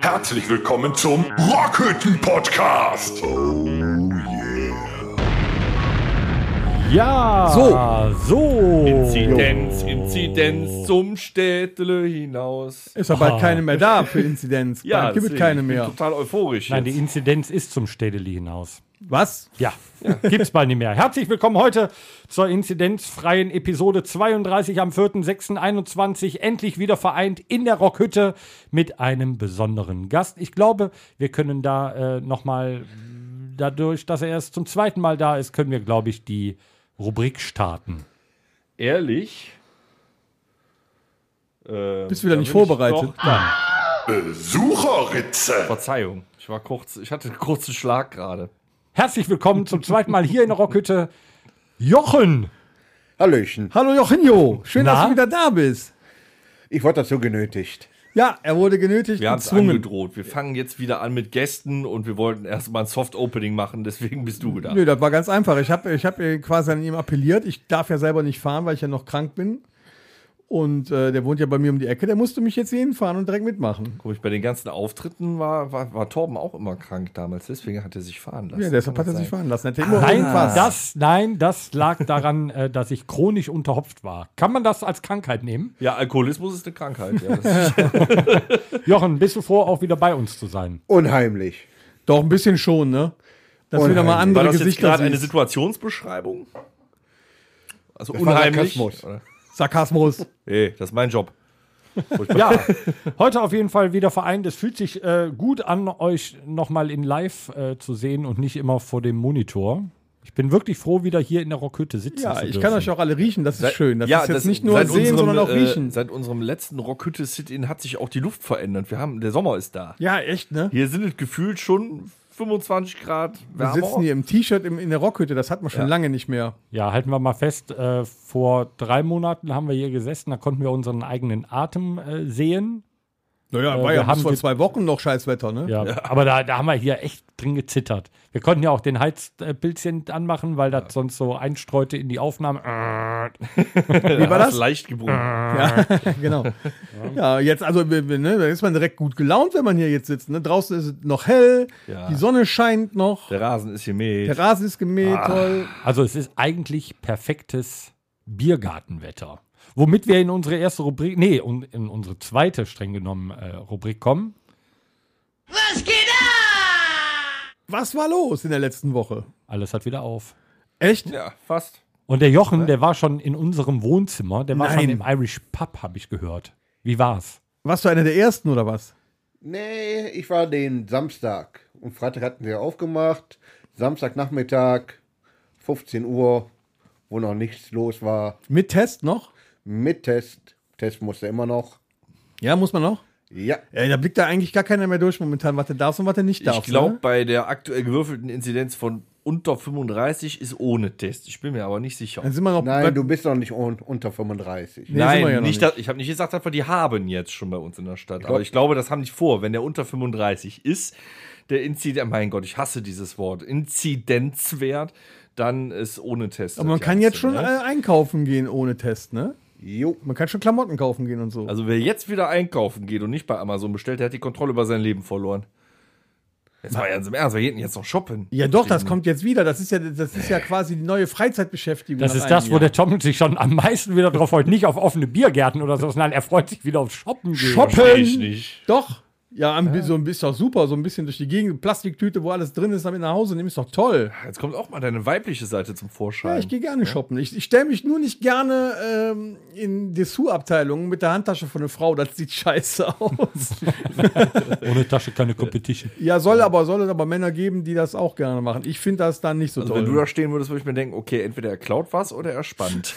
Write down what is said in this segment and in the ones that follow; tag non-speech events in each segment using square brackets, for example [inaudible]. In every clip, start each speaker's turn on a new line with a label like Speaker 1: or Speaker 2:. Speaker 1: Herzlich willkommen zum Rockhütten Podcast. Oh
Speaker 2: Ja,
Speaker 3: So.
Speaker 2: so.
Speaker 4: Inzidenz, Inzidenz zum Städtle hinaus.
Speaker 3: Ist aber
Speaker 2: Ah.
Speaker 3: bald keine mehr da für Inzidenz. Ja, gibt es
Speaker 4: deswegen,
Speaker 3: keine
Speaker 4: ich bin
Speaker 3: mehr.
Speaker 4: total euphorisch.
Speaker 2: Nein, die
Speaker 4: jetzt.
Speaker 2: Inzidenz ist zum Städeli hinaus.
Speaker 3: Was?
Speaker 2: Ja, [laughs] gibt's bald nicht mehr. Herzlich willkommen heute zur inzidenzfreien Episode 32 am 4.6.21. Endlich wieder vereint in der Rockhütte mit einem besonderen Gast. Ich glaube, wir können da äh, nochmal, dadurch, dass er erst zum zweiten Mal da ist, können wir, glaube ich, die Rubrik starten.
Speaker 4: Ehrlich. Ähm,
Speaker 3: Bist wieder
Speaker 4: da
Speaker 3: nicht
Speaker 4: bin ich
Speaker 3: vorbereitet.
Speaker 4: doch- Nein,
Speaker 1: Besucherritze.
Speaker 4: Verzeihung. Ich war kurz, ich hatte einen kurzen Schlag gerade.
Speaker 2: Herzlich willkommen zum zweiten Mal hier in der Rockhütte. Jochen!
Speaker 5: Hallöchen.
Speaker 3: Hallo Jochenjo, schön,
Speaker 2: Na?
Speaker 3: dass du wieder da bist.
Speaker 5: Ich wurde dazu genötigt.
Speaker 3: Ja, er wurde genötigt,
Speaker 4: Wir haben es angedroht. Wir fangen jetzt wieder an mit Gästen und wir wollten erstmal ein Soft-Opening machen, deswegen bist du da.
Speaker 3: Nö, das war ganz einfach. Ich habe ich hab äh, quasi an ihm appelliert. Ich darf ja selber nicht fahren, weil ich ja noch krank bin. Und äh, der wohnt ja bei mir um die Ecke. Der musste mich jetzt hier hinfahren und direkt mitmachen.
Speaker 4: Komisch, bei den ganzen Auftritten war, war, war Torben auch immer krank damals, deswegen hat er sich fahren lassen.
Speaker 3: Ja, deshalb
Speaker 4: Kann
Speaker 3: hat er
Speaker 4: das
Speaker 3: sich
Speaker 4: sein?
Speaker 3: fahren lassen. Hat der
Speaker 4: Ah.
Speaker 2: Nein,
Speaker 3: irgendwo was.
Speaker 2: das, nein, das lag daran, äh, dass ich chronisch unterhopft war. Kann man das als Krankheit nehmen?
Speaker 4: Ja, Alkoholismus ist eine Krankheit.
Speaker 3: [laughs]
Speaker 4: Ja, das ist
Speaker 2: Jochen, bist du froh, auch wieder bei uns zu sein?
Speaker 5: Unheimlich.
Speaker 3: Doch, ein bisschen schon, ne? Dass
Speaker 5: Oh
Speaker 3: wieder mal
Speaker 5: nein.
Speaker 4: War
Speaker 3: andere
Speaker 4: das jetzt
Speaker 3: Gesichter
Speaker 4: gerade eine
Speaker 3: siehst.
Speaker 4: Situationsbeschreibung? Also
Speaker 5: war
Speaker 4: unheimlich.
Speaker 5: Sarkasmus.
Speaker 4: oder?
Speaker 3: Sarkasmus.
Speaker 4: Nee, das ist mein Job.
Speaker 2: Ja, heute auf jeden Fall wieder vereint. Es fühlt sich äh, gut an, euch nochmal in live äh, zu sehen und nicht immer vor dem Monitor. Ich bin wirklich froh, wieder hier in der Rockhütte sitzen zu
Speaker 3: Ja,
Speaker 2: dürfen.
Speaker 3: ich kann euch auch alle riechen, das ist schön. Das ist jetzt nicht nur
Speaker 4: Äh, seit
Speaker 3: sehen, sondern auch
Speaker 4: äh,
Speaker 3: riechen.
Speaker 4: Seit unserem letzten Rockhütte Sit-In hat sich auch die Luft verändert. Wir haben, der Sommer ist da.
Speaker 3: ja, echt, ne?
Speaker 4: Hier sind es gefühlt schon 25 Grad
Speaker 3: Wir sitzen hier im T-Shirt im- in der Rockhütte, das hat man schon lange nicht mehr.
Speaker 2: Ja, halten wir mal fest, äh, vor drei Monaten haben wir hier gesessen, da konnten wir unseren eigenen Atem äh, sehen.
Speaker 3: Naja,
Speaker 2: Äh,
Speaker 3: war
Speaker 2: wir
Speaker 3: ja bis
Speaker 2: haben
Speaker 3: vor
Speaker 2: die-
Speaker 3: zwei Wochen noch Scheißwetter, ne?
Speaker 2: Ja, aber da, da haben wir hier echt drin gezittert. Wir konnten ja auch den Heizpilzchen anmachen, weil das sonst so einstreute in die Aufnahme.
Speaker 4: Wie
Speaker 3: war das?
Speaker 4: Leicht gebrummt.
Speaker 3: Ja, [laughs] genau. Ja, jetzt, also, wir- wir- ne, da ist man direkt gut gelaunt, wenn man hier jetzt sitzt. Ne? Draußen ist es noch hell,
Speaker 4: Ja.
Speaker 3: die Sonne scheint noch,
Speaker 4: Der Rasen ist hier
Speaker 3: der
Speaker 4: mäht.
Speaker 3: Rasen ist gemäht, toll.
Speaker 2: Also es ist eigentlich perfektes Biergartenwetter. Womit wir in unsere erste Rubrik, nee, un- in unsere zweite streng genommen äh, Rubrik kommen.
Speaker 3: Was war los in der letzten Woche?
Speaker 2: Alles hat wieder auf.
Speaker 3: Echt?
Speaker 4: Ja, fast.
Speaker 2: Und der Jochen, der war schon in unserem Wohnzimmer, der war schon
Speaker 3: Nein.
Speaker 2: im Irish Pub, habe ich gehört. Wie war's?
Speaker 3: Warst du einer der ersten oder was?
Speaker 5: Nee, ich war den Samstag. Und Freitag hatten wir aufgemacht. Samstagnachmittag, 15 Uhr, wo noch nichts los war.
Speaker 3: Mit Test noch?
Speaker 5: Mit Test. Test musste immer noch.
Speaker 3: Ja, muss man noch?
Speaker 5: Ja.
Speaker 3: Ey, da blickt da eigentlich gar keiner mehr durch momentan, was du darfst und was du nicht darfst.
Speaker 4: Ich glaube,
Speaker 3: ne?
Speaker 4: bei der aktuell gewürfelten Inzidenz von unter 35 ist ohne Test. Ich bin mir aber nicht sicher.
Speaker 3: Dann sind wir noch bei-
Speaker 5: Nein, du bist noch nicht un unter 35.
Speaker 3: Nee, sind wir ja noch
Speaker 4: nicht,
Speaker 3: nicht.
Speaker 4: dass- ich habe nicht gesagt, dass wir die haben jetzt schon bei uns in der Stadt. aber ich glaube, das haben die vor. Wenn der unter 35 ist, der Inzidenz, mein Gott, ich hasse dieses Wort, Inzidenzwert, dann ist ohne Test.
Speaker 3: Aber man
Speaker 4: das
Speaker 3: kann jetzt schon
Speaker 4: Kleinste, ne?
Speaker 3: äh, einkaufen gehen ohne Test, ne?
Speaker 5: Jo.
Speaker 3: Man kann schon Klamotten kaufen gehen und so.
Speaker 4: Also wer jetzt wieder einkaufen geht und nicht bei Amazon bestellt, der hat die Kontrolle über sein Leben verloren. Jetzt mal ganz im Ernst, wir gehen jetzt noch shoppen.
Speaker 3: ja doch, das kommt jetzt wieder. Das ist ja, das ist ja quasi die neue Freizeitbeschäftigung.
Speaker 2: Das
Speaker 3: nach
Speaker 2: ist
Speaker 3: einem
Speaker 2: das, wo
Speaker 3: Jahr.
Speaker 2: der Tom sich schon am meisten wieder drauf freut. Nicht auf offene Biergärten oder so, sondern er freut sich wieder auf Shoppen. gehen.
Speaker 3: Shoppen!
Speaker 4: Ich nicht.
Speaker 3: Doch. Ja, am- so ein bisschen doch super, so ein bisschen durch die Gegend, Plastiktüte, wo alles drin ist, damit nach Hause nehmen, ist doch toll.
Speaker 4: Jetzt kommt auch mal deine weibliche Seite zum Vorschein.
Speaker 3: Ja, ich gehe gerne shoppen. Ich, ich stelle mich nur nicht gerne ähm, in Dessous-Abteilungen mit der Handtasche von einer Frau. Das sieht scheiße [laughs] aus.
Speaker 2: [laughs] Ohne Tasche keine Competition.
Speaker 3: ja, soll aber, soll es aber Männer geben, die das auch gerne machen. Ich finde das dann nicht so
Speaker 4: also
Speaker 3: toll.
Speaker 4: wenn du da stehen würdest, würde ich mir denken, okay, entweder er klaut was oder
Speaker 3: [laughs]
Speaker 4: er spannt.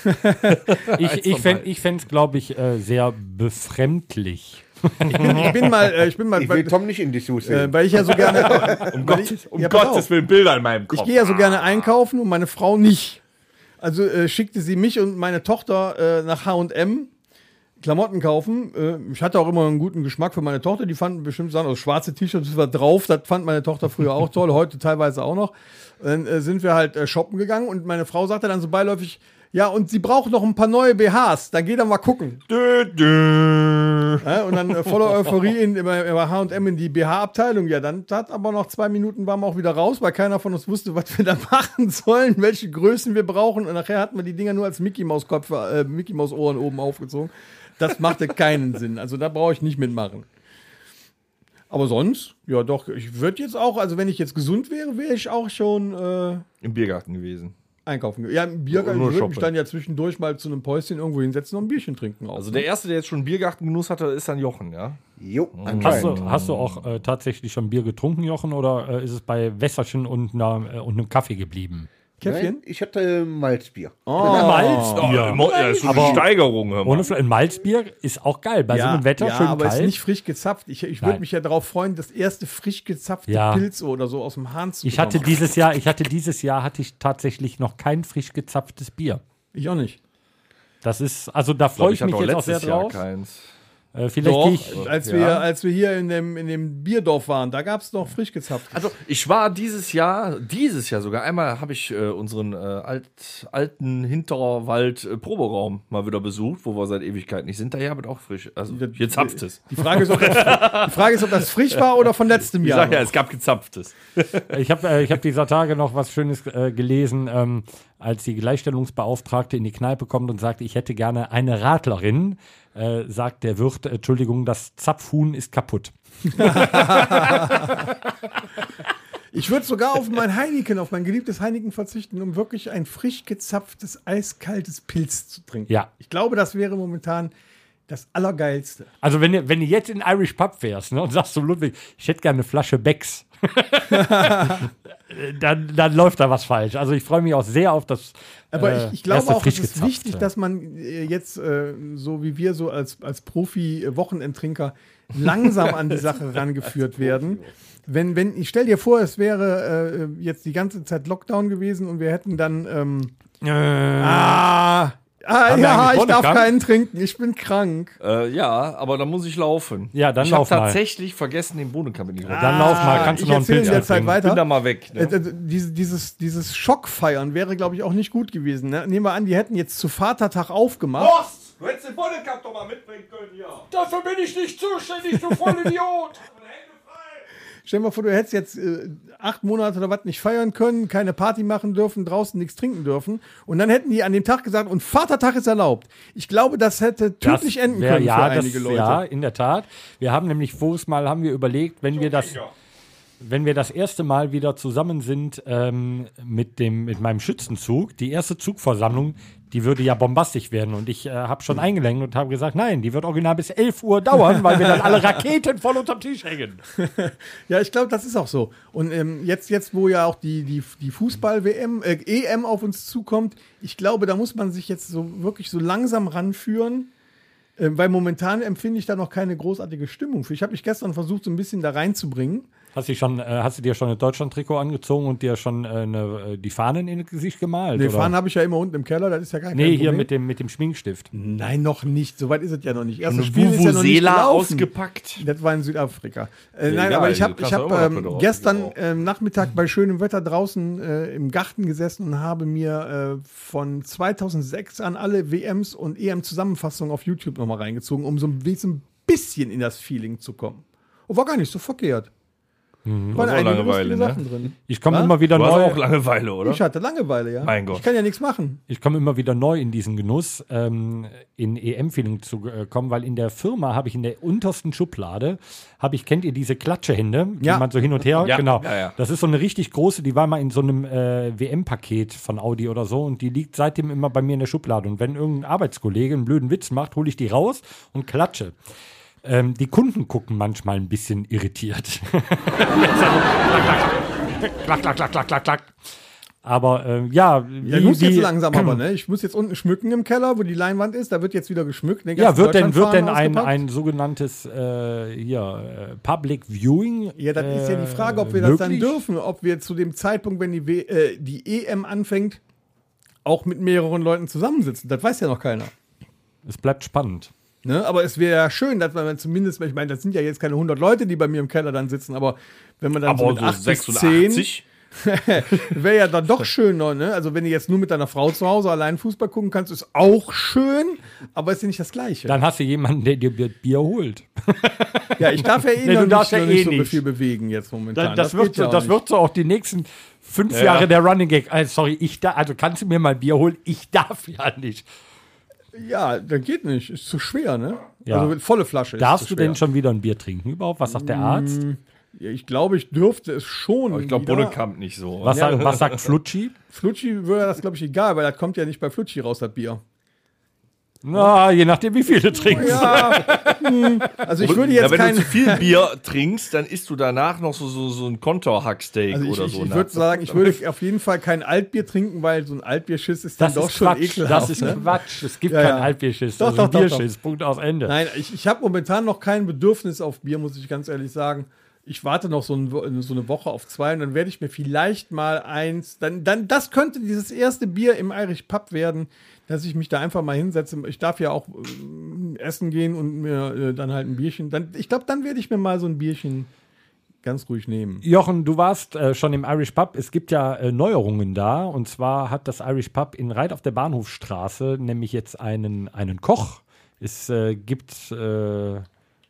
Speaker 2: Ich, ich fände es, glaube ich, äh, sehr befremdlich.
Speaker 3: ich bin mal, äh, ich bin mal,
Speaker 5: Ich will
Speaker 3: weil,
Speaker 5: Tom nicht in die Schuhe
Speaker 3: äh,
Speaker 5: sehen.
Speaker 3: weil ich ja so gerne,
Speaker 4: [laughs] Um,
Speaker 3: Weil ich-
Speaker 4: Gott, um
Speaker 3: ja, pass
Speaker 4: Gottes
Speaker 3: auf.
Speaker 4: Willen, Bilder in meinem Kopf.
Speaker 3: ich gehe ja so gerne einkaufen und meine Frau nicht. Also äh, schickte sie mich und meine Tochter äh, nach H&M Klamotten kaufen. Äh, ich hatte auch immer einen guten Geschmack für meine Tochter. Die fanden bestimmt Sachen, also schwarze T-Shirts war drauf. Das fand meine Tochter früher auch toll, heute teilweise auch noch. Dann äh, sind wir halt äh, shoppen gegangen und meine Frau sagte dann so beiläufig, Ja, und sie braucht noch ein paar neue BHs. Dann geht er mal gucken.
Speaker 4: Dö, dö.
Speaker 3: Ja, und dann äh, voller Euphorie in, über, über H&M in die BH-Abteilung. Ja, dann tat aber noch zwei Minuten waren wir auch wieder raus, weil keiner von uns wusste, was wir da [laughs] machen sollen, welche Größen wir brauchen. Und nachher hatten wir die Dinger nur als Mickey-Maus-Köpfe, äh, Mickey-Maus-Ohren oben aufgezogen. Das machte keinen Sinn. Also da brauche ich nicht mitmachen. Aber sonst, ja doch, ich würde jetzt auch, also wenn ich jetzt gesund wäre, wäre ich auch schon äh,
Speaker 4: Im Biergarten gewesen.
Speaker 3: einkaufen. ge- Ja, im Biergarten
Speaker 4: Nur
Speaker 3: würde ich mich
Speaker 4: shoppen.
Speaker 3: dann ja zwischendurch mal zu einem Päuschen irgendwo hinsetzen und ein Bierchen trinken. Auch. ne?
Speaker 4: Also der erste, der jetzt schon Biergartengenuss hatte, ist dann Jochen, ja?
Speaker 5: Jo,
Speaker 2: Hast
Speaker 5: anscheinend.
Speaker 2: du, hast du auch äh, tatsächlich schon Bier getrunken, Jochen, oder äh, ist es bei Wässerchen und, einer, äh, und einem Kaffee geblieben?
Speaker 3: Käffchen? Oh.
Speaker 5: Nein, ich hatte Malzbier.
Speaker 2: Malzbier.
Speaker 4: das ist schon eine Steigerung, hör
Speaker 2: Ohne Fle- ein Malzbier ist auch geil. Bei so einem Also Wetter
Speaker 3: ja,
Speaker 2: schön
Speaker 3: aber
Speaker 2: kalt.
Speaker 3: ist nicht frisch gezapft. Ich, ich
Speaker 2: Nein.
Speaker 3: würde mich ja darauf freuen, das erste frisch gezapfte
Speaker 2: Ja.
Speaker 3: Pilz oder so aus dem Hahn zu
Speaker 2: ich hatte
Speaker 3: bekommen.
Speaker 2: dieses Jahr, ich hatte dieses Jahr hatte ich tatsächlich noch kein frisch gezapftes Bier.
Speaker 3: Ich auch nicht.
Speaker 2: Das ist, also da
Speaker 4: Glaub,
Speaker 2: freue ich, mich jetzt auch sehr drauf.
Speaker 4: keins.
Speaker 2: Äh, vielleicht
Speaker 3: Doch,
Speaker 2: gehe ich.
Speaker 3: als,
Speaker 4: Ja.
Speaker 3: wir, als wir hier in dem, in dem Bierdorf waren, da gab es noch frisch gezapft.
Speaker 4: Also ich war dieses Jahr, dieses Jahr sogar, einmal habe ich äh, unseren äh, alt, alten Hinterwald äh, Proberaum mal wieder besucht, wo wir seit Ewigkeit nicht sind. Daher wird auch frisch. Also hier zapft es.
Speaker 3: Die Frage, ist,
Speaker 2: [laughs]
Speaker 3: ob das, die Frage ist, ob das frisch war oder von letztem
Speaker 4: Ich
Speaker 3: Jahr.
Speaker 4: sag ja, es gab gezapftes.
Speaker 2: Ich habe äh, ich hab dieser Tage noch was Schönes äh, gelesen, ähm, als die Gleichstellungsbeauftragte in die Kneipe kommt und sagt, ich hätte gerne eine Radlerin, äh, sagt der Wirt, äh, Entschuldigung, das Zapfhuhn ist kaputt.
Speaker 3: Ich würde sogar auf mein Heineken, auf mein geliebtes Heineken verzichten, um wirklich ein frisch gezapftes, eiskaltes Pilz zu trinken.
Speaker 2: Ja.
Speaker 3: Ich glaube, das wäre momentan das Allergeilste.
Speaker 2: Also wenn du, wenn du jetzt in Irish Pub wärst ne, und sagst zu Ludwig, ich hätte gerne eine Flasche Becks, [laughs] dann, dann läuft da was falsch. Also ich freue mich auch sehr auf das.
Speaker 3: Aber
Speaker 2: äh,
Speaker 3: ich, ich glaube
Speaker 2: erste
Speaker 3: auch, es ist
Speaker 2: frischgezapfte.
Speaker 3: wichtig, dass man äh, jetzt, äh, so wie wir so als, als Profi-Wochentrinker, langsam an
Speaker 2: [laughs]
Speaker 3: die Sache rangeführt
Speaker 2: oh.
Speaker 3: werden. Wenn, wenn, ich stell dir vor, es wäre äh, jetzt die ganze Zeit Lockdown gewesen und wir hätten dann. Ähm, ah, ah
Speaker 2: wir
Speaker 3: ja,
Speaker 2: eigentlich
Speaker 3: ich darf
Speaker 2: Bohnenkamm?
Speaker 3: keinen trinken, ich bin krank.
Speaker 4: Äh, ja, aber dann muss ich laufen.
Speaker 2: Ja, dann
Speaker 4: ich hab
Speaker 2: lauf mal.
Speaker 4: tatsächlich vergessen, den Bohnenkamm in die Runde.
Speaker 2: Dann lauf mal, kannst du
Speaker 3: Ah, ich
Speaker 2: noch einen
Speaker 3: erzähle in
Speaker 2: Pilz
Speaker 3: der Zeit
Speaker 2: trinken.
Speaker 4: Ich bin da
Speaker 3: weiter.
Speaker 4: mal weg.
Speaker 3: Äh,
Speaker 4: Ne?
Speaker 3: äh, diese, dieses, dieses Schockfeiern wäre, glaube ich, auch nicht gut gewesen. Ne? Nehmen wir an, die hätten jetzt zu Vatertag aufgemacht.
Speaker 4: Horst, du hättest den Bohnenkamm doch mal mitbringen können, ja. Dafür bin ich nicht zuständig, du Vollidiot.
Speaker 3: Stell dir mal vor, du hättest jetzt äh, acht Monate oder was nicht feiern können, keine Party machen dürfen, draußen nichts trinken dürfen. Und dann hätten die an dem Tag gesagt, und Vatertag ist erlaubt. Ich glaube, das hätte
Speaker 2: Das
Speaker 3: tödlich enden
Speaker 2: wär-
Speaker 3: können
Speaker 2: ja,
Speaker 3: für
Speaker 2: das,
Speaker 3: einige Leute.
Speaker 2: Ja, in der Tat. Wir haben nämlich voriges Mal haben wir überlegt, wenn wir das, wenn wir das erste Mal wieder zusammen sind ähm, mit dem mit meinem Schützenzug, die erste Zugversammlung, die würde ja bombastisch werden. Und ich äh, habe schon eingelenkt und habe gesagt, nein, die wird original bis 11 Uhr dauern, weil wir dann alle Raketen voll unterm Tisch hängen.
Speaker 3: Ja, ich glaube, das ist auch so. Und ähm, jetzt, jetzt, wo ja auch die, die, die Fußball-WM, äh, EM auf uns zukommt, ich glaube, da muss man sich jetzt so wirklich so langsam ranführen. ähm, Weil momentan empfinde ich da noch keine großartige Stimmung für. Ich habe mich gestern versucht, so ein bisschen da reinzubringen.
Speaker 2: Hast du, schon, äh, hast du dir schon ein Deutschland-Trikot angezogen und dir schon äh, eine, äh, die Fahnen in das Gesicht gemalt?
Speaker 3: Die
Speaker 2: oder?
Speaker 3: Fahnen habe ich ja immer unten im Keller, das ist ja gar kein
Speaker 2: nee, hier
Speaker 3: Problem. Hm.
Speaker 2: mit dem, mit dem Schminkstift.
Speaker 3: Nein, noch nicht. Soweit ist es ja noch nicht. Erstes
Speaker 4: Eine Vuvuzela
Speaker 3: gelaufen.
Speaker 4: ausgepackt.
Speaker 3: Das war in Südafrika. Äh, nein,
Speaker 4: egal,
Speaker 3: aber ich
Speaker 4: du
Speaker 3: habe
Speaker 4: kannst
Speaker 3: ich hab,
Speaker 4: auch immer noch
Speaker 3: ähm,
Speaker 4: drauf.
Speaker 3: gestern
Speaker 4: Genau.
Speaker 3: ähm, Nachmittag bei schönem Wetter draußen äh, im Garten gesessen und habe mir äh, von 2006 an alle WMs und EM-Zusammenfassungen auf YouTube nochmal reingezogen, um so ein wenigstens ein bisschen in das Feeling zu kommen. Und war gar nicht so verkehrt. Mhm. Waren
Speaker 4: auch
Speaker 3: einige
Speaker 4: Langeweile,
Speaker 3: lustige
Speaker 4: ne?
Speaker 3: Sachen drin.
Speaker 2: Ich komme immer wieder
Speaker 4: Du hast
Speaker 2: neu.
Speaker 4: auch Langeweile, oder?
Speaker 3: Ich hatte Langeweile, ja.
Speaker 4: Mein Gott.
Speaker 3: Ich kann ja nichts machen.
Speaker 2: ich komme immer wieder neu in diesen Genuss, ähm, in EM-Feeling zu äh, kommen, weil in der Firma habe ich in der untersten Schublade, habe ich, kennt ihr diese Klatschehände, die
Speaker 3: Ja.
Speaker 2: man so hin und her,
Speaker 4: Ja,
Speaker 2: genau.
Speaker 4: ja, ja.
Speaker 2: Das ist so eine richtig große, die war mal in so einem äh, WM-Paket von Audi oder so und die liegt seitdem immer bei mir in der Schublade. Und wenn irgendein Arbeitskollege einen blöden Witz macht, hole ich die raus und klatsche. Ähm, die Kunden gucken manchmal ein bisschen irritiert. [laughs] [laughs] klack, klack, klack, klack, klack, klack. Aber ähm, ja, wie-
Speaker 3: Ja, ich muss jetzt
Speaker 2: wie- [clears throat]
Speaker 3: langsam aber, ne? Ich muss jetzt unten schmücken im Keller, wo die Leinwand ist. Da wird jetzt wieder geschmückt. ne?
Speaker 2: Ja,
Speaker 3: Ganze
Speaker 2: wird denn, wird denn
Speaker 3: Deutschlandfahnen
Speaker 2: ein,
Speaker 3: ausgepackt.
Speaker 2: ein sogenanntes äh, hier, äh, Public Viewing?
Speaker 3: Ja, das ist ja die Frage, ob wir
Speaker 2: äh,
Speaker 3: das dann
Speaker 2: möglich?
Speaker 3: dürfen. Ob wir zu dem Zeitpunkt, wenn die, w äh, die EM anfängt, auch mit mehreren Leuten zusammensitzen. Das weiß ja noch keiner.
Speaker 2: Es bleibt spannend.
Speaker 3: Ne? Aber es wäre ja schön, dass man zumindest, ich meine, das sind ja jetzt keine 100 Leute, die bei mir im Keller dann sitzen, aber wenn man dann so
Speaker 4: Aber
Speaker 3: mit
Speaker 4: so
Speaker 3: [laughs] 8 bis 10,
Speaker 4: 86?
Speaker 3: Wäre ja dann doch schön, noch, ne? Also, wenn du jetzt nur mit deiner Frau zu Hause allein Fußball gucken kannst, ist auch schön, aber ist ja nicht das Gleiche.
Speaker 2: Dann hast du jemanden, der dir Bier- Bier holt.
Speaker 3: ja, ich darf ja eh
Speaker 2: [laughs] Nee,
Speaker 3: noch
Speaker 2: du darfst
Speaker 3: nicht,
Speaker 2: ja
Speaker 3: noch
Speaker 2: eh
Speaker 3: nicht so
Speaker 2: nicht.
Speaker 3: viel bewegen jetzt momentan.
Speaker 2: Das, das, wird,
Speaker 3: geht ja
Speaker 2: so,
Speaker 3: auch
Speaker 2: das
Speaker 3: nicht.
Speaker 2: wird so auch die nächsten fünf Jahre der Running Gag. Also, sorry, ich da, also kannst du mir mal Bier holen? Ich darf [laughs] ja nicht.
Speaker 3: Ja, das geht nicht. Ist zu schwer, ne?
Speaker 2: Ja.
Speaker 3: Also volle Flasche. ist
Speaker 2: Darfst
Speaker 3: zu
Speaker 2: du
Speaker 3: schwer.
Speaker 2: denn schon wieder ein Bier trinken überhaupt? Was sagt der Arzt?
Speaker 3: Ja, ich glaube, ich dürfte es schon.
Speaker 4: Aber ich glaube,
Speaker 3: wieder.
Speaker 4: Bonnekamp nicht so.
Speaker 2: Was, sagt, was sagt Flutschi?
Speaker 3: Flutschi würde das, glaube ich, egal, weil das kommt ja nicht bei Flutschi raus, das Bier.
Speaker 2: Na, je nachdem, wie viel du trinkst.
Speaker 3: Also ich würde jetzt
Speaker 4: ja, wenn
Speaker 3: kein.
Speaker 4: du zu viel Bier [laughs] trinkst, dann isst du danach noch so, so, so ein Kontorhacksteak
Speaker 3: Also ich,
Speaker 4: oder
Speaker 3: ich,
Speaker 4: so.
Speaker 3: ich
Speaker 4: ne?
Speaker 3: würde sagen, ich
Speaker 2: [laughs]
Speaker 3: würde auf jeden Fall kein Altbier trinken, weil so ein Altbierschiss ist
Speaker 2: Das
Speaker 3: dann doch
Speaker 2: ist
Speaker 3: schon
Speaker 2: Quatsch.
Speaker 3: ekelhaft.
Speaker 2: Das ist
Speaker 3: ne?
Speaker 2: Quatsch. Es gibt
Speaker 3: Ja, ja.
Speaker 2: keinen Altbierschiss.
Speaker 3: Doch,
Speaker 2: das ist ein
Speaker 3: doch, doch,
Speaker 2: Bierschiss. Punkt aus Ende.
Speaker 3: Nein, ich, ich habe momentan noch kein Bedürfnis auf Bier, muss ich ganz ehrlich sagen. Ich warte noch so, ein, Wo- so eine Woche auf zwei und dann werde ich mir vielleicht mal eins. Dann, dann, das könnte dieses erste Bier im Irish Pub werden, dass ich mich da einfach mal hinsetze. Ich darf ja auch ähm, essen gehen und mir äh, dann halt ein Bierchen. Dann, ich glaube, dann werde ich mir mal so ein Bierchen ganz ruhig nehmen.
Speaker 2: Jochen, du warst äh, schon im Irish Pub. Es gibt ja äh, Neuerungen da. Und zwar hat das Irish Pub in Reit auf der Bahnhofstraße nämlich jetzt einen, einen Koch. Es äh, gibt äh,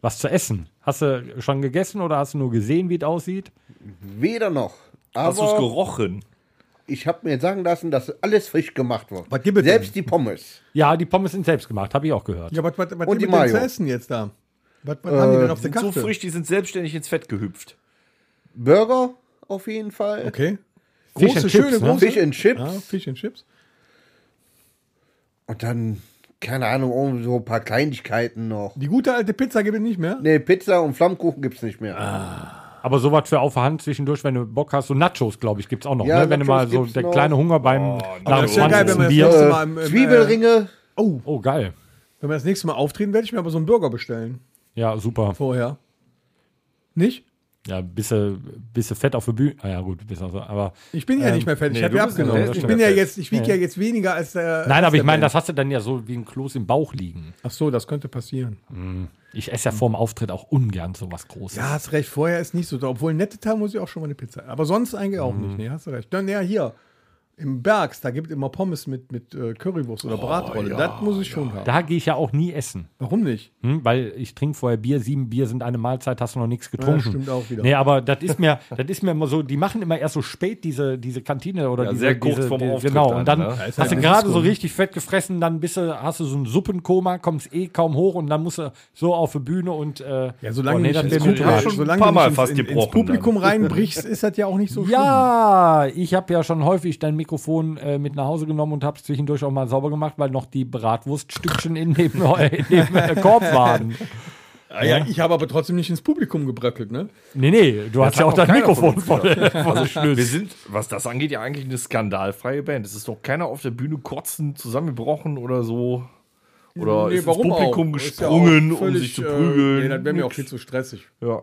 Speaker 2: was zu essen. Hast du schon gegessen oder hast du nur gesehen, wie es aussieht?
Speaker 5: Weder noch.
Speaker 4: Hast du es
Speaker 5: Aber
Speaker 4: gerochen?
Speaker 5: ich habe mir sagen lassen, dass alles frisch gemacht wird.
Speaker 3: Was gibt es
Speaker 5: Selbst die Pommes.
Speaker 2: Ja, die Pommes sind selbst gemacht, habe ich auch gehört.
Speaker 3: Ja, was was- was
Speaker 5: Und
Speaker 3: die
Speaker 5: die
Speaker 3: mit denn zu
Speaker 5: Mayo.
Speaker 3: essen jetzt da? Was, was haben die denn auf der
Speaker 4: Sind so
Speaker 3: Karte?
Speaker 4: frisch, die sind selbstständig ins Fett gehüpft.
Speaker 5: Burger auf jeden Fall.
Speaker 3: Okay.
Speaker 2: Fish
Speaker 3: Große,
Speaker 2: and
Speaker 3: schöne,
Speaker 2: Chips, ne?
Speaker 3: große.
Speaker 5: Fish and Chips.
Speaker 3: Ja, Fish and Chips.
Speaker 5: Und dann, keine Ahnung, irgendwie so ein paar Kleinigkeiten noch.
Speaker 3: Die gute alte Pizza gibt es nicht mehr.
Speaker 5: Nee, Pizza und Flammkuchen gibt's nicht mehr.
Speaker 3: Ah.
Speaker 2: Aber sowas für auf der Hand zwischendurch, wenn du Bock hast. So Nachos, glaube ich, gibt es auch noch.
Speaker 5: Ja,
Speaker 2: ne? Wenn du
Speaker 5: Nachos
Speaker 2: mal so
Speaker 5: gibt's
Speaker 2: der
Speaker 5: noch.
Speaker 2: kleine Hunger beim oh,
Speaker 4: Aber das ist ja geil, wenn
Speaker 3: man
Speaker 2: Bier.
Speaker 3: das-
Speaker 5: äh,
Speaker 3: mal im- im, äh,
Speaker 5: Zwiebelringe.
Speaker 3: Oh,
Speaker 2: Oh, geil.
Speaker 3: wenn wir das nächste Mal auftreten, werde ich mir aber so einen Burger bestellen.
Speaker 2: Ja, super.
Speaker 3: Vorher. Nicht?
Speaker 2: Ja, bist du, bist du fett auf der Bühne. Ah ja, gut, bist auch so, aber.
Speaker 3: Ich bin ja nicht mehr fertig.
Speaker 4: nee,
Speaker 3: ich habe
Speaker 4: du
Speaker 3: ja
Speaker 4: bist nicht
Speaker 3: abgenommen.
Speaker 4: mehr
Speaker 3: Ich
Speaker 4: fett.
Speaker 3: bin ja jetzt, ich wiege
Speaker 2: Ja.
Speaker 3: ja jetzt weniger als der.
Speaker 2: Nein,
Speaker 3: als
Speaker 2: aber
Speaker 3: der
Speaker 2: ich meine,
Speaker 3: Band.
Speaker 2: das hast du dann ja so wie ein Kloß im Bauch liegen.
Speaker 3: Ach so, das könnte passieren.
Speaker 2: Ich esse ja vor dem Auftritt auch ungern sowas Großes.
Speaker 3: Ja, hast recht. Vorher ist nicht so. Obwohl, nette Teil muss ich auch schon mal eine Pizza. Aber sonst eigentlich auch nicht. Nee, hast du recht. Dann ja, hier. Im Bergs, da gibt immer Pommes mit, mit äh, Currywurst oder Bratrolle. das muss ich schon haben.
Speaker 2: Da gehe ich ja auch nie essen,
Speaker 3: Warum nicht?
Speaker 2: hm? weil ich trinke vorher Bier, sieben Bier sind eine Mahlzeit, hast du noch nichts getrunken.
Speaker 3: stimmt auch wieder.
Speaker 2: Nee, aber das ist mir, [laughs] das ist mir immer so, die machen immer erst so spät diese, diese Kantine oder
Speaker 4: Ja,
Speaker 2: diese,
Speaker 4: sehr kurz
Speaker 2: diese,
Speaker 4: vorm
Speaker 2: die-
Speaker 4: Auftritt
Speaker 2: Genau,
Speaker 4: dann,
Speaker 2: und dann
Speaker 4: ne? Ja,
Speaker 2: hast
Speaker 3: ja
Speaker 2: du
Speaker 3: ein
Speaker 2: gerade so richtig fett gefressen, dann bist du, hast du so ein Suppenkoma, kommst eh kaum hoch und dann musst du so auf die Bühne und äh,
Speaker 3: Ja, solange
Speaker 2: oh,
Speaker 3: du nicht
Speaker 2: das
Speaker 3: ins,
Speaker 2: wär mir
Speaker 4: Publikum-
Speaker 2: too much.
Speaker 4: Ja, schon ein paar Mal
Speaker 3: ins,
Speaker 4: fast
Speaker 3: in, ins
Speaker 4: gebrochen
Speaker 3: Publikum reinbrichst, ist das ne? ja auch nicht so
Speaker 2: Ja, [laughs] ich habe ja schon häufig dein Mikrofon äh, mit nach Hause genommen und habe es zwischendurch auch mal sauber gemacht, weil noch die Bratwurststückchen in dem, [laughs] in dem äh, Korb waren.
Speaker 3: schlimm. Ja, ich habe aber trotzdem nicht ins Publikum gebröckelt, ne?
Speaker 2: Nee, nee, du hast ja auch dein Mikrofon voll. voll
Speaker 4: Wir sind, was das angeht, ja eigentlich eine skandalfreie Band. Es ist doch keiner auf der Bühne kotzen, zusammengebrochen oder so. Oder
Speaker 3: Nee,
Speaker 4: ist ins
Speaker 3: warum
Speaker 4: Publikum
Speaker 3: auch? Ist ja auch
Speaker 4: gesprungen, um
Speaker 3: völlig,
Speaker 4: sich zu
Speaker 3: äh,
Speaker 4: prügeln.
Speaker 3: nee, das wäre mir auch viel zu stressig.
Speaker 4: ja.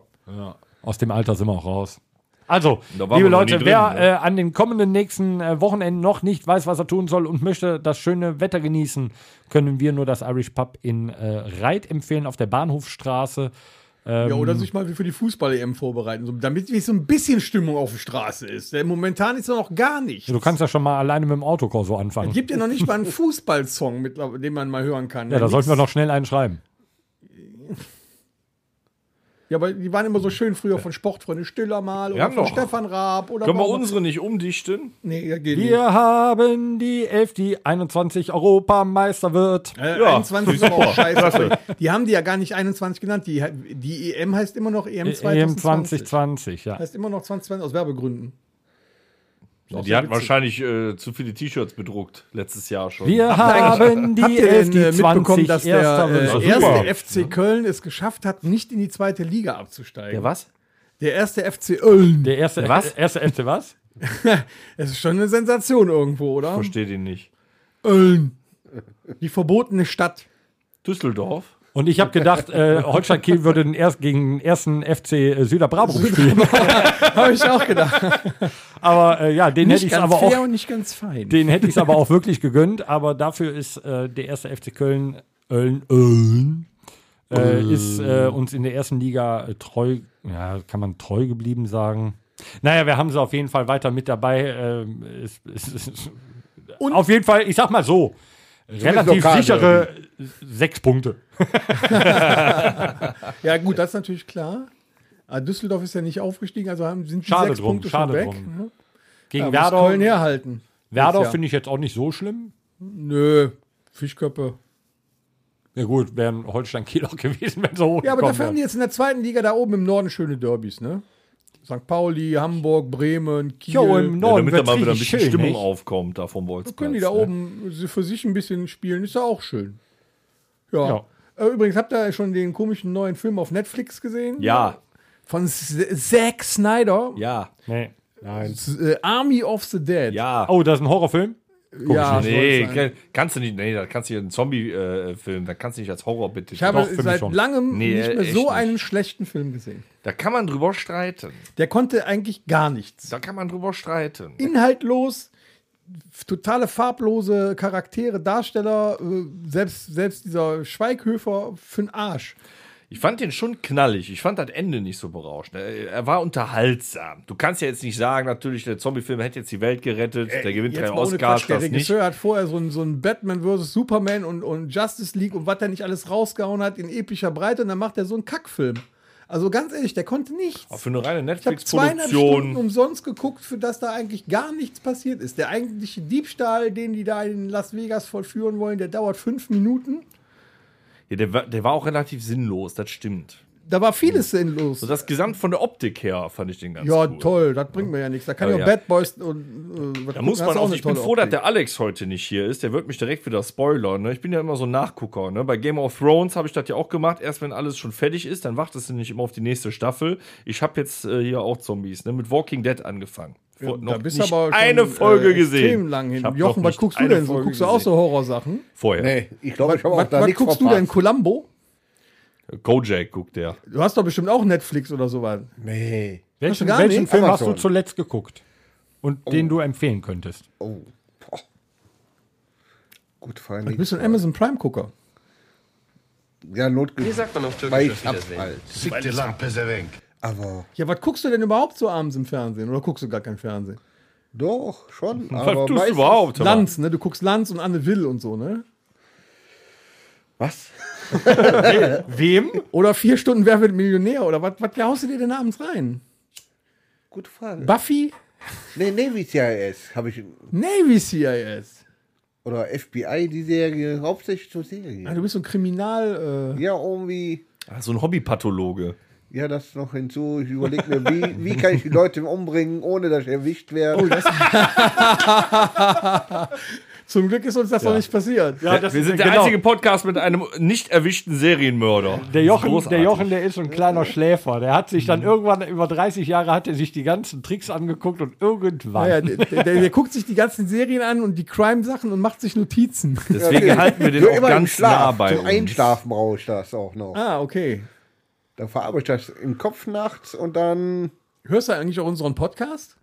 Speaker 2: Aus dem Alter sind wir auch raus. Also,
Speaker 4: Da waren
Speaker 2: liebe
Speaker 4: wir noch nie
Speaker 2: Leute,
Speaker 4: drin,
Speaker 2: wer
Speaker 4: ne?
Speaker 2: äh, an den kommenden nächsten äh, Wochenenden noch nicht weiß, was er tun soll und möchte das schöne Wetter genießen, können wir nur das Irish Pub in äh, Reit empfehlen auf der Bahnhofstraße.
Speaker 4: Ähm,
Speaker 3: Ja, oder sich mal für die Fußball-EM vorbereiten, so, damit wie so ein bisschen Stimmung auf der Straße ist. Denn momentan ist da noch gar nichts.
Speaker 2: Du kannst ja schon mal alleine mit dem Autokorso anfangen.
Speaker 3: Gibt ja noch nicht mal einen Fußballsong, mit, den man mal hören kann. ne?
Speaker 2: Ja, da
Speaker 3: Nix.
Speaker 2: sollten wir noch schnell einen schreiben.
Speaker 3: Ja, aber die waren immer so schön früher von Sportfreunde Stiller mal oder
Speaker 4: haben
Speaker 3: von
Speaker 4: noch.
Speaker 3: Stefan Raab oder
Speaker 4: Können wir
Speaker 3: warum-
Speaker 4: unsere nicht umdichten?
Speaker 3: Nee, ja, geht
Speaker 2: Wir haben die 11, die 21 Europameister wird.
Speaker 3: Äh,
Speaker 4: Ja,
Speaker 3: 21 ist
Speaker 4: finde ich
Speaker 3: auch
Speaker 4: super.
Speaker 3: scheiße. Die haben die ja gar nicht 21 genannt. Die, die EM heißt immer noch
Speaker 4: E
Speaker 3: EM 2020.
Speaker 2: EM 2020, ja.
Speaker 3: Heißt immer noch 2020 aus Werbegründen.
Speaker 4: Die hatten wahrscheinlich äh, zu viele T-Shirts bedruckt letztes Jahr schon.
Speaker 2: Wir haben
Speaker 3: Habt
Speaker 2: die
Speaker 3: ihr
Speaker 2: 11,
Speaker 3: denn
Speaker 2: die
Speaker 3: äh, mitbekommen,
Speaker 2: 20
Speaker 3: dass der
Speaker 2: Erster
Speaker 3: äh,
Speaker 2: wird.
Speaker 3: erste FC Köln es geschafft hat, nicht in die zweite Liga abzusteigen?
Speaker 4: ja, was?
Speaker 3: Der erste FC Köln.
Speaker 2: Der erste, was? erste FC was?
Speaker 3: Es ist schon eine Sensation irgendwo, oder?
Speaker 4: Verstehe den nicht.
Speaker 3: Köln. Die
Speaker 2: [laughs]
Speaker 3: verbotene Stadt.
Speaker 4: Düsseldorf?
Speaker 2: Und ich habe gedacht, äh, Holstein Kiel würde den erst, gegen den ersten FC äh, Süderbrabruck spielen.
Speaker 3: Habe ich auch gedacht.
Speaker 2: Aber äh, ja, den hätte ich aber auch
Speaker 3: und nicht ganz fein.
Speaker 2: Den hätte ich es aber auch wirklich gegönnt, aber dafür ist äh, der erste FC Köln, Ölln, Ölln äh, ist äh, uns in der ersten Liga äh, treu, ja, kann man treu geblieben sagen. Naja, wir haben sie auf jeden Fall weiter mit dabei. Ähm, es, es, es, auf jeden Fall, ich sag mal so, relativ
Speaker 5: lokal
Speaker 2: sichere sechs Punkte.
Speaker 3: Ja, gut, das ist natürlich klar. Aber Düsseldorf ist ja nicht aufgestiegen, also haben, sind die
Speaker 2: Schade
Speaker 3: sechs
Speaker 2: drum,
Speaker 3: Punkte
Speaker 2: schade
Speaker 3: schon weg.
Speaker 2: drum.
Speaker 3: ne?
Speaker 2: Gegen
Speaker 3: Da muss Köln
Speaker 2: Werder,
Speaker 3: herhalten.
Speaker 2: Werder
Speaker 3: ja.
Speaker 2: finde ich jetzt auch nicht so schlimm.
Speaker 3: Nö, Fischköppe.
Speaker 2: Ja gut, wären Holstein Kiel auch [laughs] gewesen, wenn so hoch
Speaker 3: Ja, aber dafür haben die jetzt in der zweiten Liga da oben im Norden schöne Derbys, ne? St. Pauli, Hamburg, Bremen, Kiel.
Speaker 2: Jo, im Norden
Speaker 4: Ja, damit da
Speaker 2: wird's
Speaker 4: mal wieder ein
Speaker 2: richtig
Speaker 4: bisschen
Speaker 2: schön,
Speaker 4: Stimmung
Speaker 2: nicht?
Speaker 4: aufkommt da vom Bolzplatz.
Speaker 3: können die da
Speaker 4: ne?
Speaker 3: oben si- für sich ein bisschen spielen, ist ja auch schön. Ja.
Speaker 2: Ja.
Speaker 3: Äh, Übrigens, habt ihr schon den komischen neuen Film auf Netflix gesehen?
Speaker 4: Ja,
Speaker 3: Von S- Zack Snyder.
Speaker 4: ja,
Speaker 2: Nee.
Speaker 5: Nein.
Speaker 3: S- äh, Army of the Dead.
Speaker 4: ja.
Speaker 2: Oh, das ist ein Horrorfilm?
Speaker 3: ja soll
Speaker 4: nee,
Speaker 3: sein.
Speaker 4: kann- kannst du nicht, nee, da kannst du hier einen Zombie-Film, da kannst du nicht als Horror bitte.
Speaker 3: Ich habe
Speaker 2: Doch, für mich
Speaker 3: seit
Speaker 2: schon.
Speaker 3: langem
Speaker 4: Nee,
Speaker 3: nicht mehr
Speaker 4: echt
Speaker 3: so
Speaker 4: nicht.
Speaker 3: einen schlechten Film gesehen.
Speaker 4: da kann man drüber streiten.
Speaker 3: Der konnte eigentlich gar nichts.
Speaker 4: Da kann man drüber streiten.
Speaker 3: Inhaltlos, f- totale farblose Charaktere, Darsteller, äh, selbst, selbst dieser Schweighöfer für den Arsch.
Speaker 4: Ich fand den schon knallig. Ich fand das Ende nicht so berauschend. Er er war unterhaltsam. Du kannst ja jetzt nicht sagen, natürlich, der Zombie-Film hätte jetzt die Welt gerettet, der gewinnt
Speaker 3: Äh, Jetzt
Speaker 4: drei
Speaker 3: mal ohne
Speaker 4: Oscars,
Speaker 3: Quatsch, der
Speaker 4: das nicht.
Speaker 3: Regisseur hat vorher so ein, so ein Batman vs. Superman und, und Justice League und was der nicht alles rausgehauen hat in epischer Breite und dann macht er so einen Kackfilm. Also ganz ehrlich, der konnte nichts.
Speaker 4: Aber für eine reine
Speaker 3: Ich habe zweieinhalb Stunden um-
Speaker 4: Netflix-Produktion.
Speaker 3: umsonst geguckt, für das da eigentlich gar nichts passiert ist. Der eigentliche Diebstahl, den die da in Las Vegas vollführen wollen, der dauert fünf Minuten.
Speaker 4: Ja, der, war- der war auch relativ sinnlos, das stimmt.
Speaker 3: Da war vieles sinnlos.
Speaker 4: So das Gesamt von der Optik her fand ich den ganz
Speaker 3: ja,
Speaker 4: cool.
Speaker 3: toll, das bringt mir ja nichts. Da kann
Speaker 4: Ja,
Speaker 3: ich auch
Speaker 4: ja.
Speaker 3: Bad Boys und äh, was
Speaker 4: Da
Speaker 3: gucken,
Speaker 4: muss
Speaker 3: hast
Speaker 4: man
Speaker 3: du
Speaker 4: auch,
Speaker 3: eine
Speaker 4: ich bin
Speaker 3: tolle
Speaker 4: froh, dass
Speaker 3: Optik.
Speaker 4: der Alex heute nicht hier ist. Der wird mich direkt wieder spoilern. Ne? Ich bin ja immer so ein Nachgucker. Ne? Bei Game of Thrones habe ich das ja auch gemacht. Erst wenn alles schon fertig ist, dann wartest du nicht immer auf die nächste Staffel. Ich habe jetzt äh, hier auch Zombies ne? mit Walking Dead angefangen. Vor-
Speaker 3: Da
Speaker 4: noch
Speaker 3: bist du
Speaker 4: nicht
Speaker 3: aber schon,
Speaker 4: eine Folge
Speaker 3: äh,
Speaker 4: gesehen.
Speaker 3: Extrem lang
Speaker 4: Ich
Speaker 3: hin.
Speaker 4: hab
Speaker 3: Jochen,
Speaker 4: noch
Speaker 3: was
Speaker 4: nicht
Speaker 3: guckst du
Speaker 4: eine
Speaker 3: denn so?
Speaker 4: Folge
Speaker 3: Guckst du auch
Speaker 4: gesehen.
Speaker 3: so Horrorsachen?
Speaker 4: Vorher.
Speaker 5: Nee, ich glaube, ich habe auch
Speaker 3: Was,
Speaker 5: da
Speaker 3: was
Speaker 5: nichts
Speaker 3: guckst du denn?
Speaker 5: verpasst.
Speaker 3: Columbo?
Speaker 4: Kojak guckt der.
Speaker 3: Du hast doch bestimmt auch Netflix oder sowas.
Speaker 5: Nee.
Speaker 2: Welchen,
Speaker 3: gar
Speaker 2: welchen
Speaker 3: nicht?
Speaker 2: Film hast
Speaker 5: Amazon.
Speaker 2: du zuletzt geguckt? Und den du empfehlen könntest?
Speaker 5: Oh. Boah. Gut,
Speaker 3: Du
Speaker 5: fein.
Speaker 3: bist so ein Amazon Prime-Gucker.
Speaker 5: Ja, notgeduldig.
Speaker 6: Wie sagt man auf Türkisch
Speaker 5: Weil
Speaker 6: auf
Speaker 5: ich hab
Speaker 6: Wiedersehen?
Speaker 5: halt.
Speaker 7: Fick die Lampe, sie weg.
Speaker 5: Aber
Speaker 3: Ja, was guckst du denn überhaupt so abends im Fernsehen? Oder guckst du gar kein Fernsehen?
Speaker 5: doch,
Speaker 3: [laughs]
Speaker 5: schon.
Speaker 4: Was
Speaker 5: Aber
Speaker 4: tust du
Speaker 5: meistens-
Speaker 4: überhaupt? Hör mal.
Speaker 3: Lanz, ne? Du guckst Lanz und Anne Will und so, ne?
Speaker 5: Was?
Speaker 2: Wem?
Speaker 3: Oder vier Stunden Wer wird Millionär? Oder was, was haust du dir denn abends rein?
Speaker 5: Gute Frage.
Speaker 3: Buffy?
Speaker 5: Nee, Navy CIS habe ich.
Speaker 3: Navy CIS.
Speaker 5: Oder FBI, die Serie. Hauptsächlich zur Serie.
Speaker 3: Ah, du bist so ein Kriminal. Äh,
Speaker 5: Ja, irgendwie.
Speaker 4: Ah, So ein Hobbypathologe.
Speaker 5: Ja, das noch hinzu. Ich überlege mir, wie, wie kann ich die Leute umbringen, ohne dass ich erwischt werde.
Speaker 3: Oh, äh, zum Glück ist uns das noch nicht passiert.
Speaker 2: Ja,
Speaker 4: Wir sind
Speaker 2: Genau.
Speaker 4: der einzige Podcast mit einem nicht erwischten Serienmörder.
Speaker 2: Der Jochen,
Speaker 4: Großartig.
Speaker 2: der Jochen, der ist so ein kleiner Schläfer. Der hat sich dann irgendwann, über 30 Jahre, hat er sich die ganzen Tricks angeguckt und irgendwann.
Speaker 3: Naja, Ah der, der, der guckt sich die ganzen Serien an und die Crime-Sachen und macht sich Notizen.
Speaker 4: Deswegen halten wir den
Speaker 5: So
Speaker 4: auch
Speaker 5: immer im
Speaker 4: ganz nah
Speaker 5: Schlaf.
Speaker 4: bei
Speaker 5: Zum
Speaker 4: uns.
Speaker 5: Einschlafen brauche ich das auch noch.
Speaker 3: ah, okay.
Speaker 5: Dann verarbeite ich das im Kopf nachts und dann,
Speaker 3: Hörst du eigentlich auch unseren Podcast?